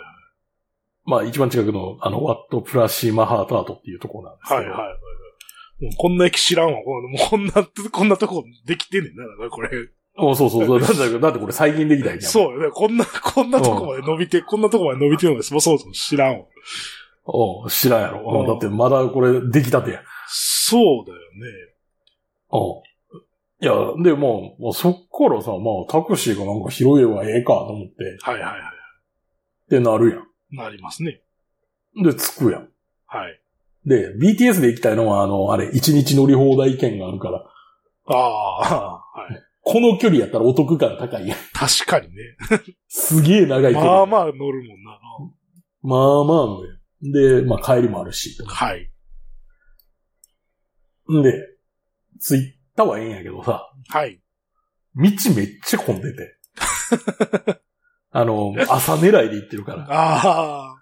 S1: まあ、一番近くの、あの、ワットプラシーマハータートっていうところなんですけ
S2: は
S1: ど。
S2: い。はいはいはい。もうこんな駅知らんわ。こんなもうこんな、こんなとこできてんねんな、だからこれ。
S1: おそうそう そう。だって、だってこれ最近できたんやん。
S2: そうよね。こんな、 こんなとこまで伸びて、こんなとこまで伸びてるのがそもそも知らんわ。
S1: おう知らんやろ。
S2: う
S1: うんんだって、まだこれできたてや。
S2: そうだよ
S1: うん。いや、で、まあ、まあ、そっからさ、まあ、タクシーがなんか拾えばええかと思って、っ
S2: ね。はいはいは
S1: てなる
S2: い。なりますね。
S1: やん。で、着くやん。
S2: はい。
S1: で、BTS で行きたいのは、あの、あれ、一日乗り放題券があるから、
S2: ああ、はい。
S1: この距離やったらお得感高いやん。
S2: 確かにね。
S1: すげえ長い距離。
S2: まあま
S1: あ。
S2: あ乗るもんな。
S1: まあまあのやんで、まあ、帰りもあるし。
S2: はい。
S1: んで、着いたはええんやけどさ、
S2: はい。
S1: 道めっちゃ混んで て。あの、朝狙いで行ってるから。
S2: あ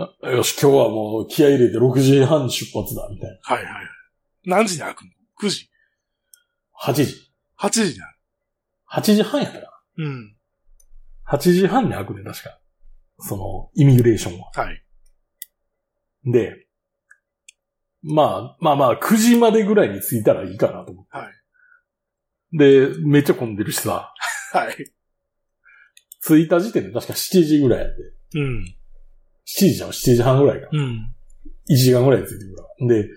S1: あよし、今日はもう気合い入れて6時半出発だ、みたいな。
S2: あ、はいはい。何時に開くの ?9 時
S1: 8時。
S2: ?8 時に開
S1: 8時半やったか
S2: く。うん。
S1: な。8時半に開くね、確か。その、イミグレーションは。
S2: はい。
S1: で、まあ、まあまあ、9時までぐらいに着いたらいいかなと思って。
S2: は
S1: で、めっちゃ混んでるしさ、
S2: はい。
S1: 着いた時点で確か7時ぐらいやって。
S2: うん。
S1: 7時じゃん、7時半ぐらいか。
S2: うん。
S1: 1時間ぐらいで着いてくから。で、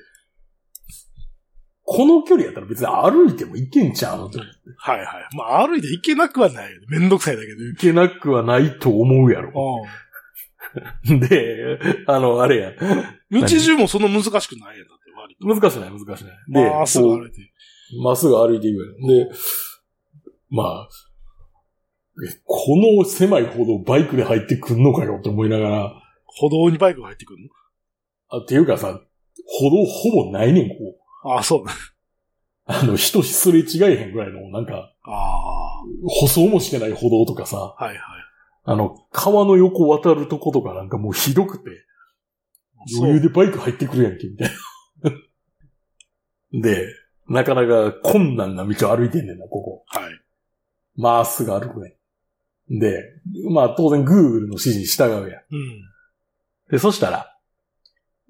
S1: この距離やったら別に歩いても行けんちゃうのと。行
S2: はいはい。まあ歩いて行けなくはないよね。めんどくさいだけで。
S1: けなくはないと思うやろ。
S2: う
S1: で、あの、あれや。
S2: ん。道中もそんな難しくないやんだって、割と。
S1: 難しない、難しない。で、
S2: まあ、すぐ
S1: こう
S2: 歩いて。
S1: まっすぐ歩いていくやん。で、まあ、えこの狭い歩道バイクで入ってくんのかよって思いながら、
S2: 歩道にバイクが入ってくる
S1: あっていうかさ、歩道ほぼないねん、こう。
S2: のああ、そう。
S1: あの、人すれ違えへんぐらいの、なんか、
S2: あ
S1: 舗装もしてない歩道とかさ、
S2: あ、はいはい。
S1: あの、川の横渡るとことかなんかもうひどくて、余裕
S2: で。
S1: でバイク入ってくるやんけ、みたいな。 で、なかなか困難な道を歩いてんねんな、ここ。
S2: はい。
S1: まっすぐ歩くね。で、まあ当然 Google の指示に従うやん。
S2: うん。
S1: で、そしたら、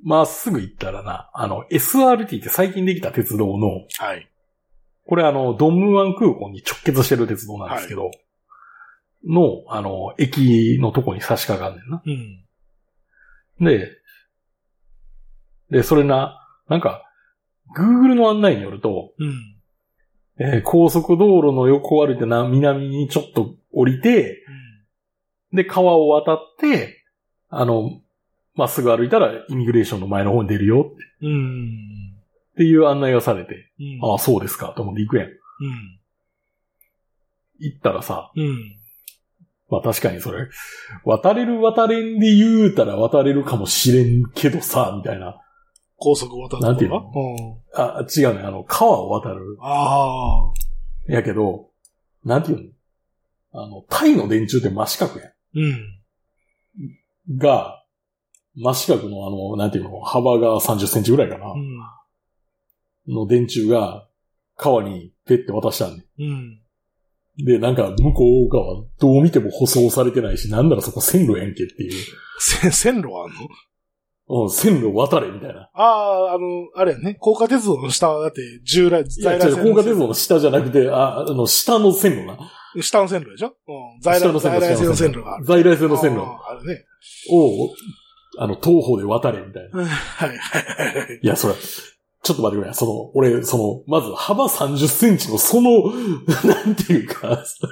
S1: まっすぐ行ったらな、あの、SRT って最近できた鉄道の、
S2: はい。
S1: これあの、ドンムアン空港に直結してる鉄道なんですけど、の、あの、駅のとこに差し掛かんねんな。
S2: うん。
S1: で、で、それな、なんか、Google の案内によると、
S2: うん。
S1: えー高速道路の横を歩いてな、南にちょっと降りて、で、川を渡って、あの、まっすぐ歩いたら、イミグレーションの前の方に出るよっ
S2: うん。
S1: ていう案内がされて、
S2: うん。
S1: ああ、そうですか、と思って行くやん。
S2: うん。
S1: 行ったらさ、
S2: うん。
S1: まあ確かにそれ、渡れる渡れんで言うたら渡れるかもしれんけどさ、みたいな。
S2: 高速渡る
S1: なんていう
S2: の
S1: の
S2: かうん。
S1: あ、違うね、あの、川を渡る。
S2: ああ。
S1: やけど、なんていうのあの、タイの電柱って真四角や
S2: うん。
S1: ん。が、真四角のあの、なんていうの幅が30センチぐらいかな。
S2: うん。
S1: の電柱が川にペッて渡したんで。
S2: うん。
S1: で、なんか向こう側どう見ても舗装されてないし、なんならそこ線路やんけっていう。
S2: せ、線路はあんの
S1: うん、線路渡れみたいな。
S2: ああ、あの、あれやね。高架鉄道の下はだって、従来、
S1: いや、
S2: 在
S1: 違
S2: 来
S1: う
S2: 線
S1: 高架鉄道の下じゃなくて、あ、あの、下の線路な。
S2: 下の線路でしょうん。在
S1: 下
S2: 来、
S1: の線
S2: 在
S1: 路
S2: 来線の線路がある。
S1: 在来線の線路
S2: あああるね。
S1: を、あの、東方で渡れみたいな。
S2: はいはいはいはい。
S1: いや、それ、ちちょっと待ってくれ。その、俺、その、まず幅30センチのその、 なんていうか、そ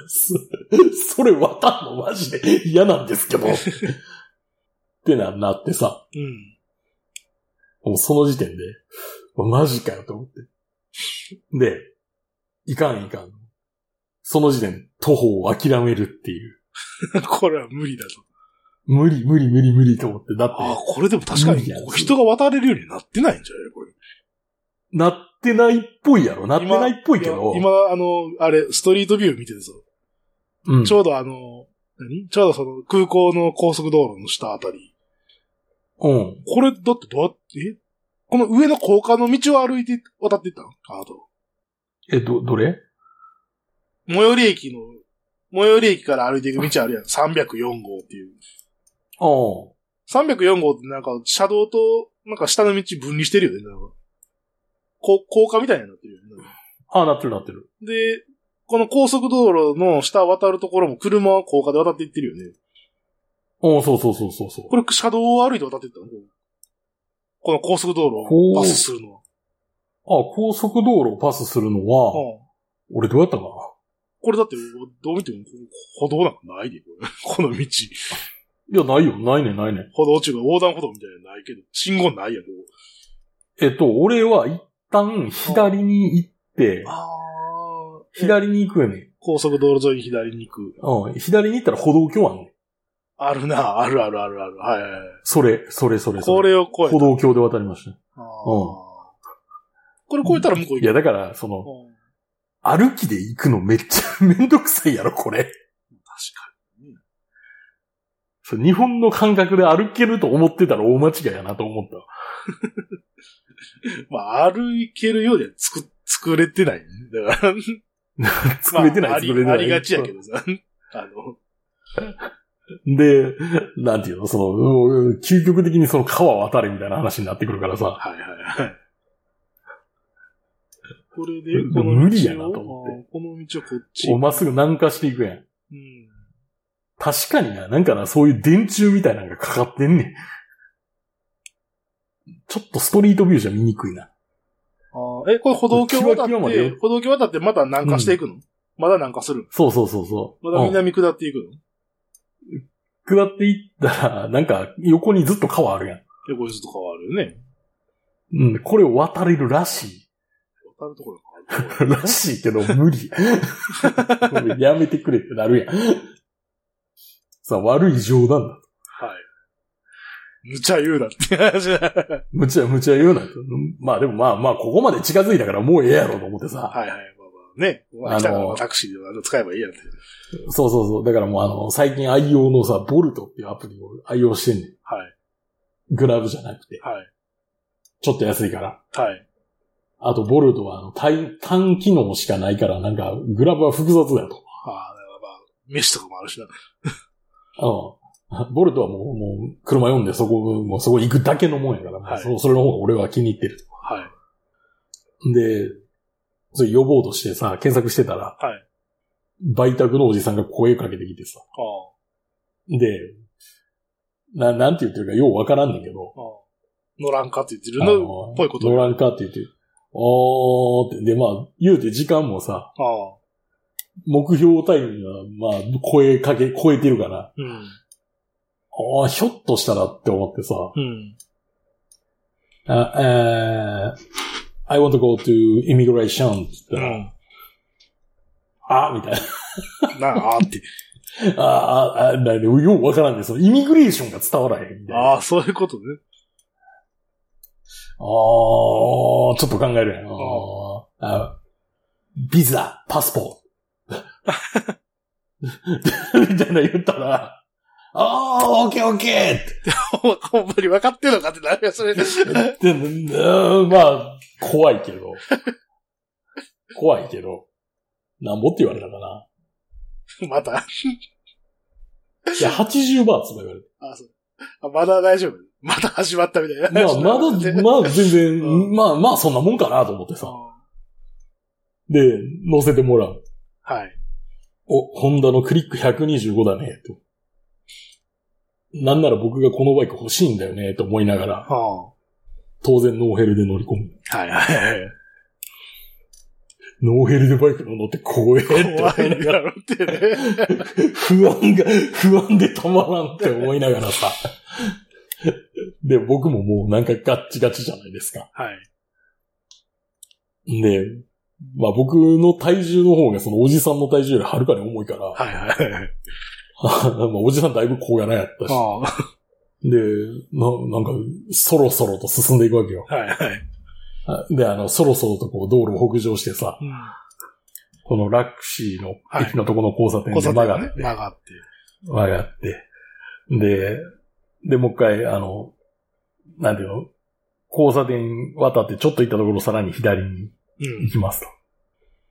S1: それ渡んのマジで嫌なんですけど。ってな、なってさ、
S2: うん。
S1: もうその時点で、マジかよと思って。で、いかんいかん。その時点、徒歩を諦めるっていう。
S2: これは無理だと。
S1: 無理無理無理無理と思って。だって、
S2: ああ、これでも確かにこう人が渡れるようになってないんじゃないこれ。
S1: なってないっぽいやろ。なってないっぽいけど。
S2: 今、あの、あれ、ストリートビュー見ててさ、
S1: うん
S2: ちょうどあの、何ちょうどその空港の高速道路の下あたり。
S1: うん。
S2: これ、だってどうやって、えこの上の高架の道を歩いて渡っていったのあと。
S1: え、ど、どれ
S2: 最寄り駅の、最寄り駅から歩いていく道あるやん。304号っていう。
S1: ああ。
S2: 304号ってなんか、車道と、なんか下の道分離してるよね。なんかこ高架みたいになってるよね。
S1: ああ、なってるなってる。
S2: で、この高速道路の下渡るところも車は高架で渡っていってるよね。
S1: うん、そうそうそうそうそう。
S2: これ、車道を歩いて渡っていったのこの高速道路をパスするのは。
S1: あ、高速道路をパスするの
S2: う
S1: は、
S2: ん
S1: 俺どうやったかな
S2: これだって、どう見ても、歩道なんかないで、これこの道。
S1: いや、ないよ。ないね、ないね。
S2: 歩道中が横断歩道みたいなのないけど、信号ないやん、ここ
S1: えっと、俺は一旦左に行って、
S2: あ
S1: 左に行くよね。
S2: 高速道路沿いに左に行く。
S1: うん。左に行ったら歩道橋あんねん
S2: あるな、あるあるあるある。はいはいはい。
S1: それ、それ、それ、そ
S2: これを越えた。
S1: 歩道橋で渡りました。
S2: あーこれ越えたら向こう行
S1: い
S2: け
S1: や、だ
S2: る。
S1: から、その、
S2: うん
S1: 歩きで行くのめっちゃ めんどくさいやろ、これ。
S2: 確
S1: そう日本の感覚で歩けると思ってたら大間違いやなと思った。
S2: かに。まあ、歩けるようで作、作れてないね。だから、
S1: 作れてない、
S2: まあ、あ
S1: 作れて
S2: り
S1: ない。
S2: ありがちやけどさ。 あの、
S1: で、なんていうの、その、うん究極的にその川渡れみたいな話になってくるからさ。
S2: はいはいはい。 これで
S1: で、
S2: この道を
S1: 無理やなと思って
S2: あーこの道をこっち。
S1: おまっすぐ南下していくやん。
S2: うん。
S1: 確かにな、なんかな、そういう電柱みたいなのがかかってんねん。ちょっとストリートビューじゃ見にくいな。
S2: あーえ、これ歩道橋渡っ
S1: キワキワまで
S2: て
S1: よ、
S2: 歩道橋渡ってまた南下していくの、まだ南下する
S1: そうそうそうそう。
S2: まだ
S1: うん
S2: 南下っていくの、
S1: 下っていったら、なんか横にずっと川あるやん。
S2: で、これずっと変わるよね。
S1: うん、これを渡れるらしい。
S2: 渡るところが変わる。
S1: らしいけど無理。 やめてくれってなるやん。さあ、悪い冗談だ。
S2: むちゃ言うなって 話だ。は
S1: むちゃむちゃ言うなと。まあでもまあまあ、ここまで近づいたからもうええやろと思ってさ。
S2: いはい。まあまあね。まあ、来たからタクシーでもあの使えばいいやんって。
S1: そうそうそう。だからもうあの、最近愛用のさ、ボルトっていうアプリを愛用してんねん。
S2: はい。
S1: グラブじゃなくて。
S2: はい。
S1: ちょっと安いから。
S2: はい。
S1: あと、ボルトはあの単単機能しかないから、なんか、グラブは複雑だと。
S2: ああ、だからまあ、飯とかもあるしな。
S1: うん。ボルトはもう、もう、車読んでそこ、もうそこ行くだけのもんやから、もう
S2: はい
S1: そそれの方が俺は気に入ってる。
S2: はい。
S1: で、それ呼ぼうとしてさ、検索してたら、
S2: はい。
S1: 売卓のおじさんが声かけてきてさ、
S2: ああ。
S1: で、な、なんて言ってるかようわからんねんけど、
S2: ああ乗らんかって言ってる
S1: あ
S2: の。
S1: の
S2: ぽいこと
S1: 乗らんかって言って、おーって、で、まあ、言うて時間もさ、
S2: ああ。
S1: 目標タイムが、まあ、声かけ、超えてるから、
S2: うん。
S1: ああ、ひょっとしたらって思ってさ、
S2: うん。
S1: あ、えー I want to go to immigration って言
S2: う
S1: ったら、
S2: ん。
S1: あみたいな。
S2: なあ、あー って。
S1: ああ、あ、だようわからんね。そのイミグレーションが伝わらへんみたいな。ああー、
S2: ああ、そういうことね。
S1: ちょっと考えるやん。ああビザ、パスポート。みたいな言ったら、ああ、オッケーオッケ
S2: ほんまほんまに分かってんのかってなるよ、それ。
S1: ーって、うんまあ、怖いけど。怖いけど。なんぼって言われたかな。
S2: また。
S1: いや、80バーツとか言われて。
S2: あ、そう。あまだ大丈夫。また始まったみた い
S1: ま
S2: な。
S1: あ、まだ、まあ、全
S2: う
S1: 然、まあ、まあ、そんなもんかなと思ってさ。
S2: あ
S1: で、乗せてもらう。
S2: はい。
S1: お、ホンダのクリック125だね、と。なんなら僕がこのバイク欲しいんだよね、と思いながら。
S2: は
S1: 当然ノーヘルで乗り込む。
S2: はいはいはい。
S1: ノーヘルでバイク乗って怖えって思い
S2: 怖い
S1: なが
S2: だ
S1: ら、
S2: ろって ね。
S1: 不安が、 不安で止まらんって思いながらさ。 で、僕ももうなんかガッチガチじゃないですか。
S2: はい。
S1: で、まあ僕の体重の方がそのおじさんの体重よりはるかに重いから、
S2: はいはいはい。
S1: まあおじさんだいぶ小柄やったし、
S2: ああ
S1: で、な、なんか、そろそろと進んでいくわけよ。
S2: はいはい。
S1: あで、あの、そろそろとこう道路を北上してさ、
S2: うん
S1: このラクシーの
S2: はい
S1: 駅のとこの交差点で
S2: 交差
S1: 曲
S2: 点
S1: が
S2: が
S1: っ
S2: ね
S1: て、
S2: 曲がって。
S1: 曲がって、で、で、もう一回、あの、なんていうの、交差点渡ってちょっと行ったところさらに左に
S2: うん
S1: 行。きます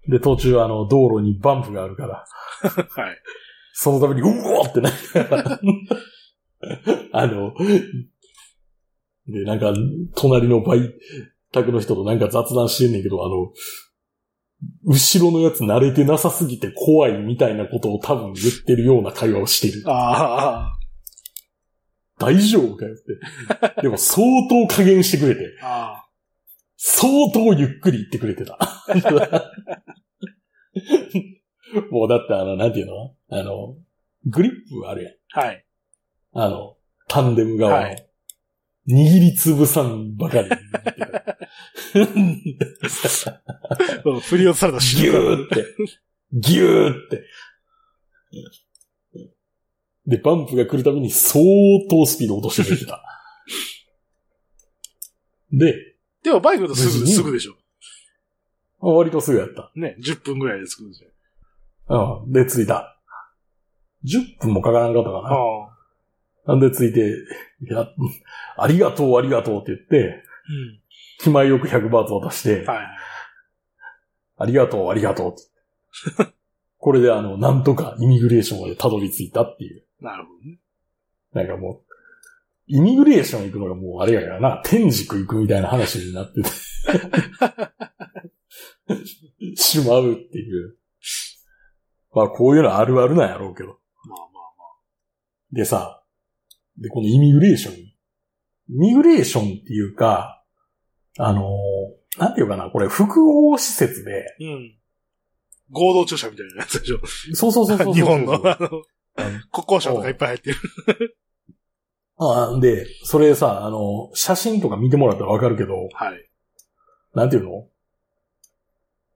S1: と。で、途中あの、道路にバンプがあるから、
S2: はい。
S1: そのために、うおーってなりながら あの、で、なんか、隣のバイ宅の人となんか雑談してんねんけど、あの、後ろのやつ慣れてなさすぎて怖いみたいなことを多分言ってるような会話をしてる。
S2: あ
S1: 大丈夫かよ って。でも相当加減してくれて、
S2: あ、あ
S1: 相当ゆっくり言ってくれてた。 もうだってあの、なんていうのあの、グリップあるやん。
S2: あ、はい。
S1: あの、タンデム側の、
S2: はい
S1: 握りつぶさんばかり。
S2: うん振り落とされた死
S1: ぎゅーって、ぎゅーって。で、バンプが来るたびに相当スピード落としてきた。で、
S2: でもバイクだとすぐ、すぐでしょ。
S1: 割とすぐやった。
S2: ね、10分ぐらいで着くんですよ。
S1: うん。で、着いた。10分もかからんかったかな。
S2: ああ。
S1: なんで着いて、いや、ありがとう、ありがとうって言って、
S2: うん。
S1: 気前よく100バーツ渡して、
S2: はいはい。
S1: ありがとう、ありがとう。これであの、なんとかイミグレーションまでたどり着いたっていう。
S2: なるほどね。
S1: なんかもう、イミグレーション行くのがもうあれやからな、天竺行くみたいな話になってて。しまうっていう。まあこういうのあるあるなんやろうけど。
S2: まあまあ。
S1: でさ、で、このイミグレーション。イミグレーションっていうか、あのーなんていうかな、これ複合施設で、
S2: うん。合同注射みたいなやつでしょ。
S1: そうそうそうそうそう
S2: 日本の、あの、国交省とかいっぱい入ってる。
S1: ああ、で、それさ、あの、写真とか見てもらったらわかるけど、
S2: はい。
S1: なんていうの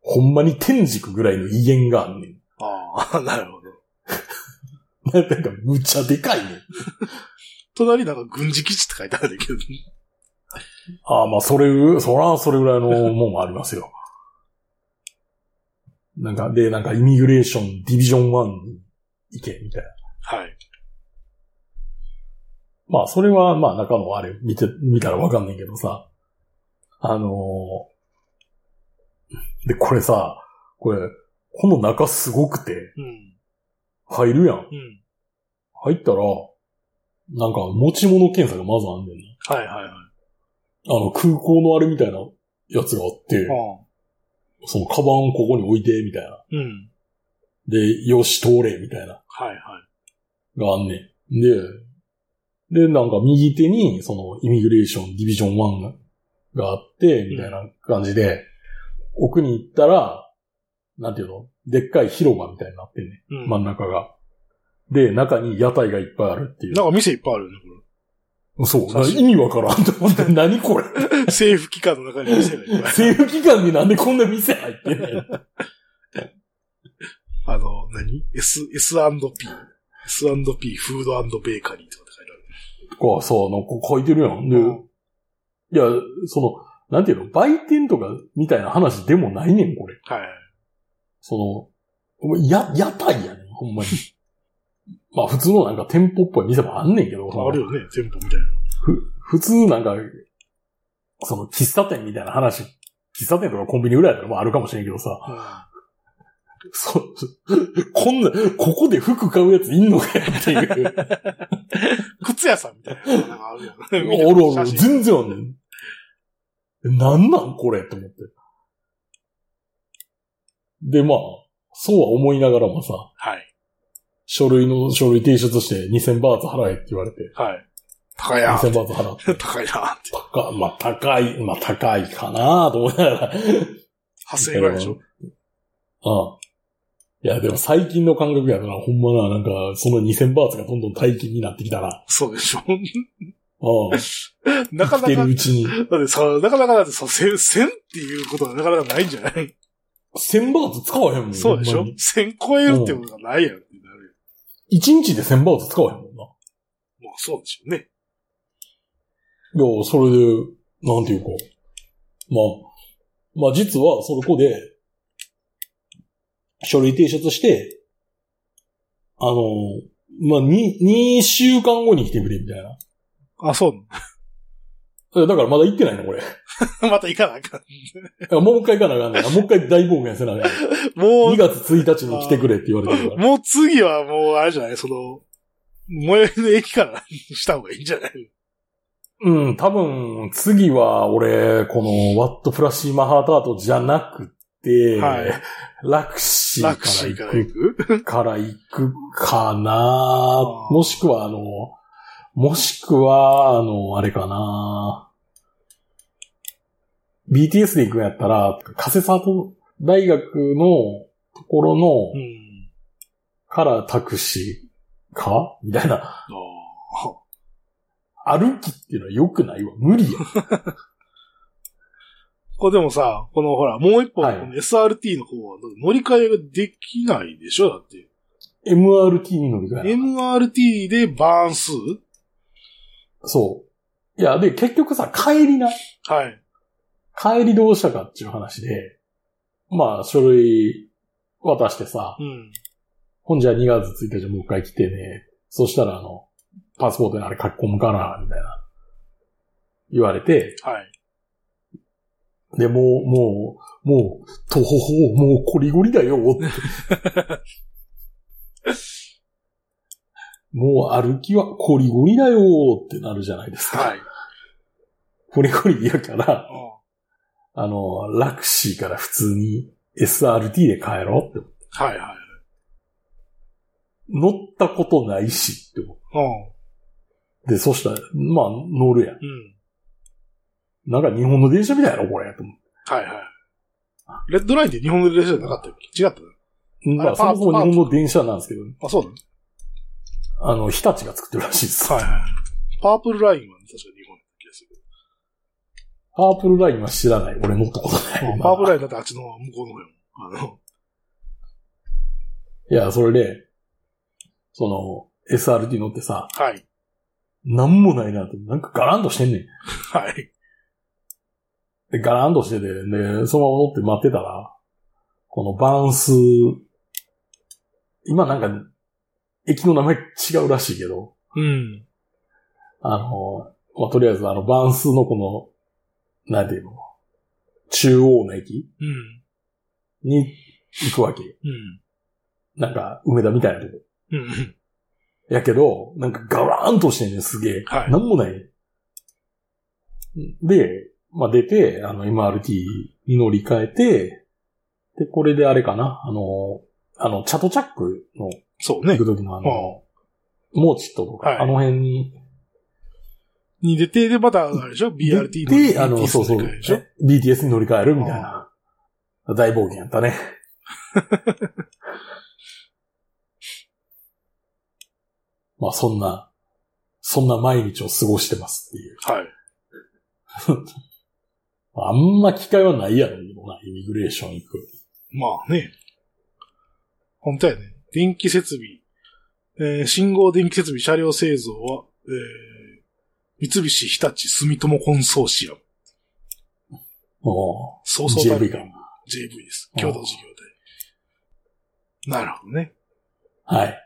S1: ほんまに天竺ぐらいの威厳があんね ん。
S2: ああ、 なるほど。
S1: なんか、むちゃでかいねん。
S2: 隣なんか軍事基地って書いてあるんだけど、
S1: ああ、まあ、それぐ、そら、それぐらいのもんもありますよ。なんか、で、なんか、イミグレーションディビジョン1に行け、みたいな。
S2: はい。
S1: まあ、それは、まあ、中のあれ見て、見たらわかんないけどさ。あのーで、これさ、これ、この中すごくて、
S2: うん。
S1: 入るやん。
S2: うん。
S1: 入ったら、なんか持ち物検査がまずあんねんね。
S2: はいはいはい。あ
S1: あの、空港のあれみたいなやつがあって、
S2: あ。
S1: そのカバンをここに置いて、みたいな。
S2: うん。
S1: で、よし、通れ、みたいな、
S2: はいはい。
S1: があんねん。で、で、なんか右手に、その、イミグレーションディビジョン1があって、みたいな感じで、奥に行ったら、なんていうのでっかい広場みたいになってんね
S2: うん。
S1: ん。真ん中が。で、中に屋台がいっぱいあるっていう。
S2: なんか店いっぱいあるよね、こ
S1: そう。
S2: 確かに
S1: 意味わからんと思って、何これ。
S2: れ。 政府機関の中に店がいっぱい。
S1: 政府機関になんでこんな店入ってんねん。
S2: あの、何 ?S、S&P。S&P フードベーカリーとかって書いてある。
S1: こう、そう、なんか書いてるやん。で、
S2: うん
S1: いや、その、なんていうの、売店とかみたいな話でもないねん、これ。
S2: はいはい。
S1: その、お前や、屋台やねん、ほんまに。 まあ、普通のなんか店舗っぽい店もあんねんけど、その
S2: あるよね、店舗みたいな。
S1: ふ普通なんか、その、喫茶店みたいな話、喫茶店とかコンビニぐらいだったらまああるかもしれんけどさ、そう、 こんな、ここで服買うやついんのかよっていう。
S2: 靴屋さんみたいな。なんかあるよ
S1: あるある、全然あんねん。えなんなんこれって思って。で、まあ、そうは思いながらもさ、
S2: はい。
S1: 書類の、書類提出して2000バーツ払えって言われて、
S2: はい。高いやん。
S1: 2000バーツ払って。
S2: 高い なって。
S1: 高い、まあ高い、まあ高いかなと思いながら。
S2: 8000円ぐらいでしょ
S1: ああ。いや、でも最近の感覚やから、ほんまな、なんか、その2000バーツがどんどん大金になってきたな。あ
S2: そうでしょ
S1: あ。
S2: なか
S1: 生きて
S2: なか
S1: るうちに。
S2: だってさ、なかなかだってさ、せん、千っていうことはなかなかないんじゃない
S1: 1000バーツ使わへんもん。
S2: そうでし
S1: ほ
S2: ょ
S1: んまに
S2: 千超えるってことがないやろってなる
S1: 一日で1000バーツ使わへんもんな。
S2: よ。まあそうでしょうね。
S1: いや、それで、なんていうか。まあ、まあ実は、そこで、書類提出して、あの、まあ、に、2週間後に来てくれ、みたいな。
S2: あ、そう
S1: えだからまだ行ってないの、これ。
S2: なのまた行かなあかん。
S1: いやもう一回行かなあかんねんなもう一回大冒険せなあかんねん。
S2: も
S1: 2月1日に来てくれって言われてる
S2: う、
S1: から。
S2: もう次はもうあれじゃないその、最寄りの駅からした方がいいんじゃない
S1: うん、多分、次は、俺、この、ワットプラシーマハータートじゃなくて、
S2: はい
S1: ラクシー
S2: ラクシーか
S1: からら
S2: 行
S1: 行
S2: く
S1: くから行くかな
S2: あー
S1: もしくは、あの、もしくは、あの、あれかな BTS で行くんやったら、加瀬里大学のところの、
S2: うん。
S1: からタクシーかみたいな。
S2: あ
S1: 歩きっていうのは良くないわ。無理や。
S2: ーこれでもさ、このほら、もう一本、
S1: はい
S2: この SRT の方は乗り換えができないでしょだって。
S1: MRT に乗るから。
S2: MRT でバーン数
S1: そう。いや、で、結局さ、帰りな。
S2: はい。
S1: 帰りどうしたかっていう話で、まあ、書類渡してさ、
S2: うん。
S1: ほんじゃ2月1日もう一回来てね、そしたらあの、パスポートにあれ書き込むから、みたいな、言われて、
S2: はい。
S1: で、もう、もう、もう、とほほ、もうこりごり だよ、って。もう歩きはこりごりだよってなるじゃないですか。
S2: はい。
S1: こりごりやから、
S2: あ
S1: あの、ラクシーから普通に SRT で帰ろうって。
S2: あはいはい。
S1: 乗ったことないしって思
S2: う
S1: うで、そしたら、まあ、乗るやん。
S2: ん。うん。
S1: なんか日本の電車みたいやろ、これ。と思って
S2: はいはい。レッドラインって日本の列車じゃなかったよ。違ったよ
S1: まあ、そ
S2: パ
S1: も
S2: ーツ
S1: そも日本の電車なんですけど、
S2: あ、そうだね。
S1: あの、日立が作ってるらしい です。
S2: はいはい。パープルラインはね、確か日本の気がする
S1: パープルラインは知らない。俺乗ったこと
S2: け
S1: ない。
S2: ど。パープルラ
S1: イ
S2: インだってあっちの向こうの方よ。あの、
S1: ンいや、それで、その、SRT 乗ってさ、
S2: はい。
S1: なんもないなって、なんかガランとしてんねん。
S2: はい。
S1: で、ガランとしてて、で、そのまま乗って待ってたら、このバーンス、今なんか、駅の名前違うらしいけど、
S2: うん。
S1: あの、まあ、とりあえずあの、バーンスのこの、なんていうの、中央の駅
S2: うん。
S1: に行くわけ。
S2: うん。
S1: なんか、梅田みたいなとこ。
S2: うん。
S1: やけど、なんかガラーンとしてんねん、すげえ。
S2: はい
S1: なんもないねん。で、まあ、出て、あの、MRT に乗り換えて、で、これであれかな、あの、あの、チャトチャックの、
S2: そう
S1: 行
S2: ね
S1: く。時のあの、モーチットとか、
S2: はい
S1: あの辺に、
S2: に出て、で、また、あれでしょ ?BRT の。
S1: で、あの、そうそう、
S2: でしょ
S1: BTS に乗り換えるみたいな、大冒険やったね。 まあ、そんな、そんな毎日を過ごしてますっていう。
S2: はい。
S1: あんま機会はないやろうけどな、イミグレーション行く。
S2: まあね。本当やね。電気設備。えー信号電気設備車両製造は、えー三菱日立住友コンソーシアム。
S1: も
S2: そう
S1: う、
S2: そうたる
S1: JV
S2: み
S1: か。
S2: JV です。
S1: あー
S2: 共同事業で。なるほどね。
S1: はい。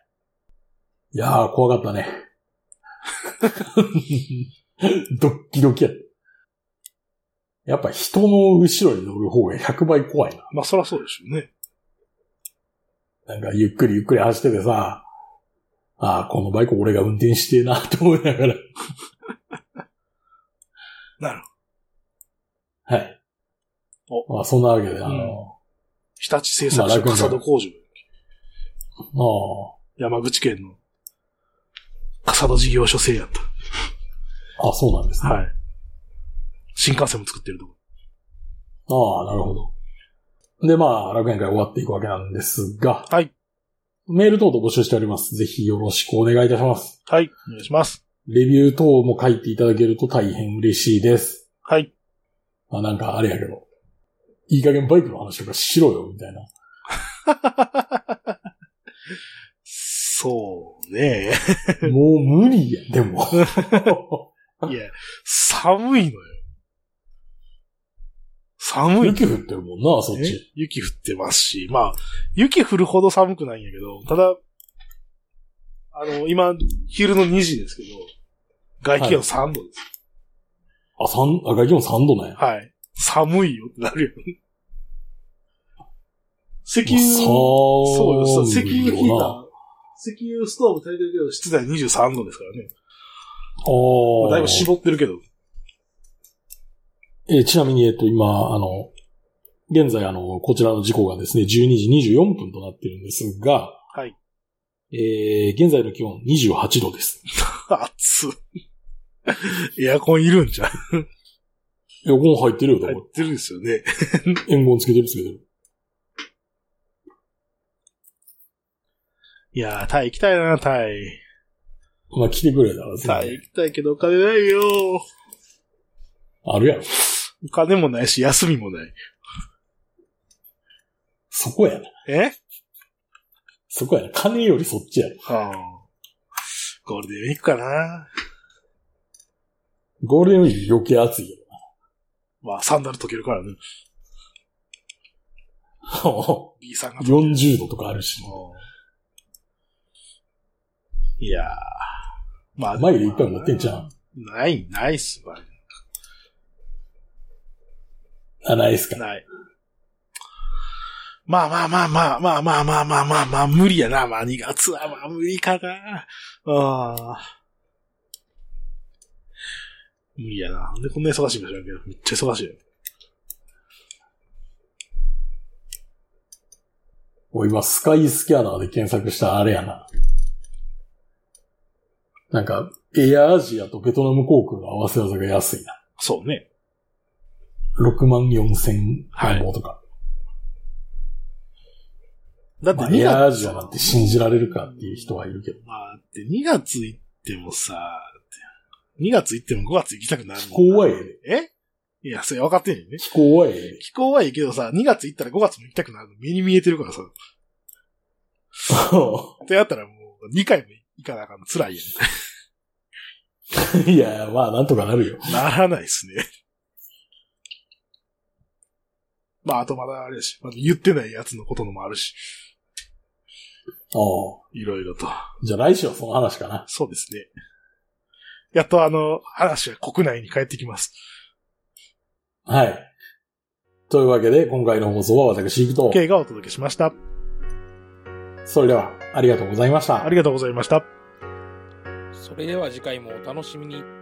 S1: いやー、怖かったね。 ドッキドキやった。やっぱ人の後ろに乗る方が100倍怖いな。
S2: まあそらそうでしょうね。
S1: なんかゆっくりゆっくり走っててさ、ああ、このバイク俺が運転してえなと思いながら。
S2: なるほど。
S1: はい。
S2: お
S1: まあそんなわけで、あの、
S2: うん
S1: あ
S2: 日立製作所
S1: まあ
S2: 笠戸工場。
S1: あ
S2: 山口県の笠戸事業所製やった。
S1: あ、そうなんですね。
S2: はい。新幹線も作ってるとこ。
S1: ああ、なるほど。で、まあ、楽園会終わっていくわけなんですが、
S2: はい。
S1: メール等々募集しております。ぜひよろしくお願いいたします。
S2: はい。お願いします。
S1: レビュー等も書いていただけると大変嬉しいです。
S2: はい。
S1: まあ、なんかあれやけど、いい加減バイクの話とかしろよ、みたいな。
S2: そうね。
S1: もう無理や、で も。
S2: いや、寒いのよ。寒い。
S1: 雪降ってるもんな、そっ
S2: ね
S1: ち。
S2: 雪降ってますし、まあ、雪降るほど寒くないんやけど、ただ、あの、今、昼の2時ですけど、外気温3度です。
S1: あ、三、あ、外気温3度なんや。
S2: はい。寒いよってなるよね。石
S1: まあ
S2: 油、そうよ、そう石
S1: 寒い
S2: 油ヒータ
S1: よな
S2: ー、石油ストーブ足りてるけど、室内23度ですからね。
S1: あ
S2: ま
S1: あ。
S2: あだいぶ絞ってるけど、
S1: えーちなみに、えっと、今、あの、現在、あの、こちらの時刻がですね、12時24分となってるんですが、
S2: はい。
S1: えー現在の気温28度です。
S2: 暑い。 エアコンいるんじゃん。
S1: エアコン入ってるよ、多
S2: 入
S1: 分。
S2: ってるんですよね。
S1: エンゴンつけてるつけてる。
S2: いやー、タイ行きたいな、タイ。
S1: まあ、来てくれたら
S2: タイ
S1: 全然
S2: 行きたいけどお金ないよ
S1: あるやろ。
S2: お金もないし、休みもない。
S1: そこやな。
S2: え
S1: そこやな。金よりそっちやな。
S2: はあ。ゴールデンウィークかな
S1: ゴールデンウィーク余計暑いよ。
S2: まあ、サンダル溶けるからね。B さんが。
S1: 40度とかあるし。
S2: いやー。まあ
S1: 前でいっぱい持ってんじゃん。
S2: ない、ないっすわ。
S1: あ、ないっすか。
S2: ない。まあまあまあまあまあまあまあまあまあまあ、無理やな。まあ2月はまあ無理かな。ああ。無理やな。なんでこんな忙しいんか知らんけど、めっちゃ忙しいよ。
S1: もう今、スカイスキャナーで検索したあれやな。なんか、エアアジアとベトナム航空の合わせ技が安いな。
S2: そうね。
S1: 6万4千円本とか。
S2: だって
S1: まあ
S2: 2
S1: エアア
S2: 月
S1: ジアなんて信じられるかっていう人はいるけど。
S2: まあ、って2月行ってもさ、2月行っても5月行きたくなる
S1: 気候はええで。
S2: えいや、それ分かってんねんね。
S1: 気候はええで。
S2: 気候はいいけどさ、2月行ったら5月も行きたくなるの目に見えてるからさ。ってやったらもう、2回も行かなあかんの辛いや ん。
S1: いや、まあ、なんとかなるよ。
S2: ならないっすね。 まあ、あとまだあれやし、まだ言ってないやつのことのもあるし、
S1: あ
S2: いろいろと。
S1: あ。じゃあ来週はその話かな。
S2: そうですね。やっとあの、話は国内に帰ってきます。
S1: はい。というわけで、今回の放送は私行くと。
S2: K がお届けしました。
S1: それでは、ありがとうございました
S2: あ。りがとうございました。
S3: それでは次回もお楽しみに。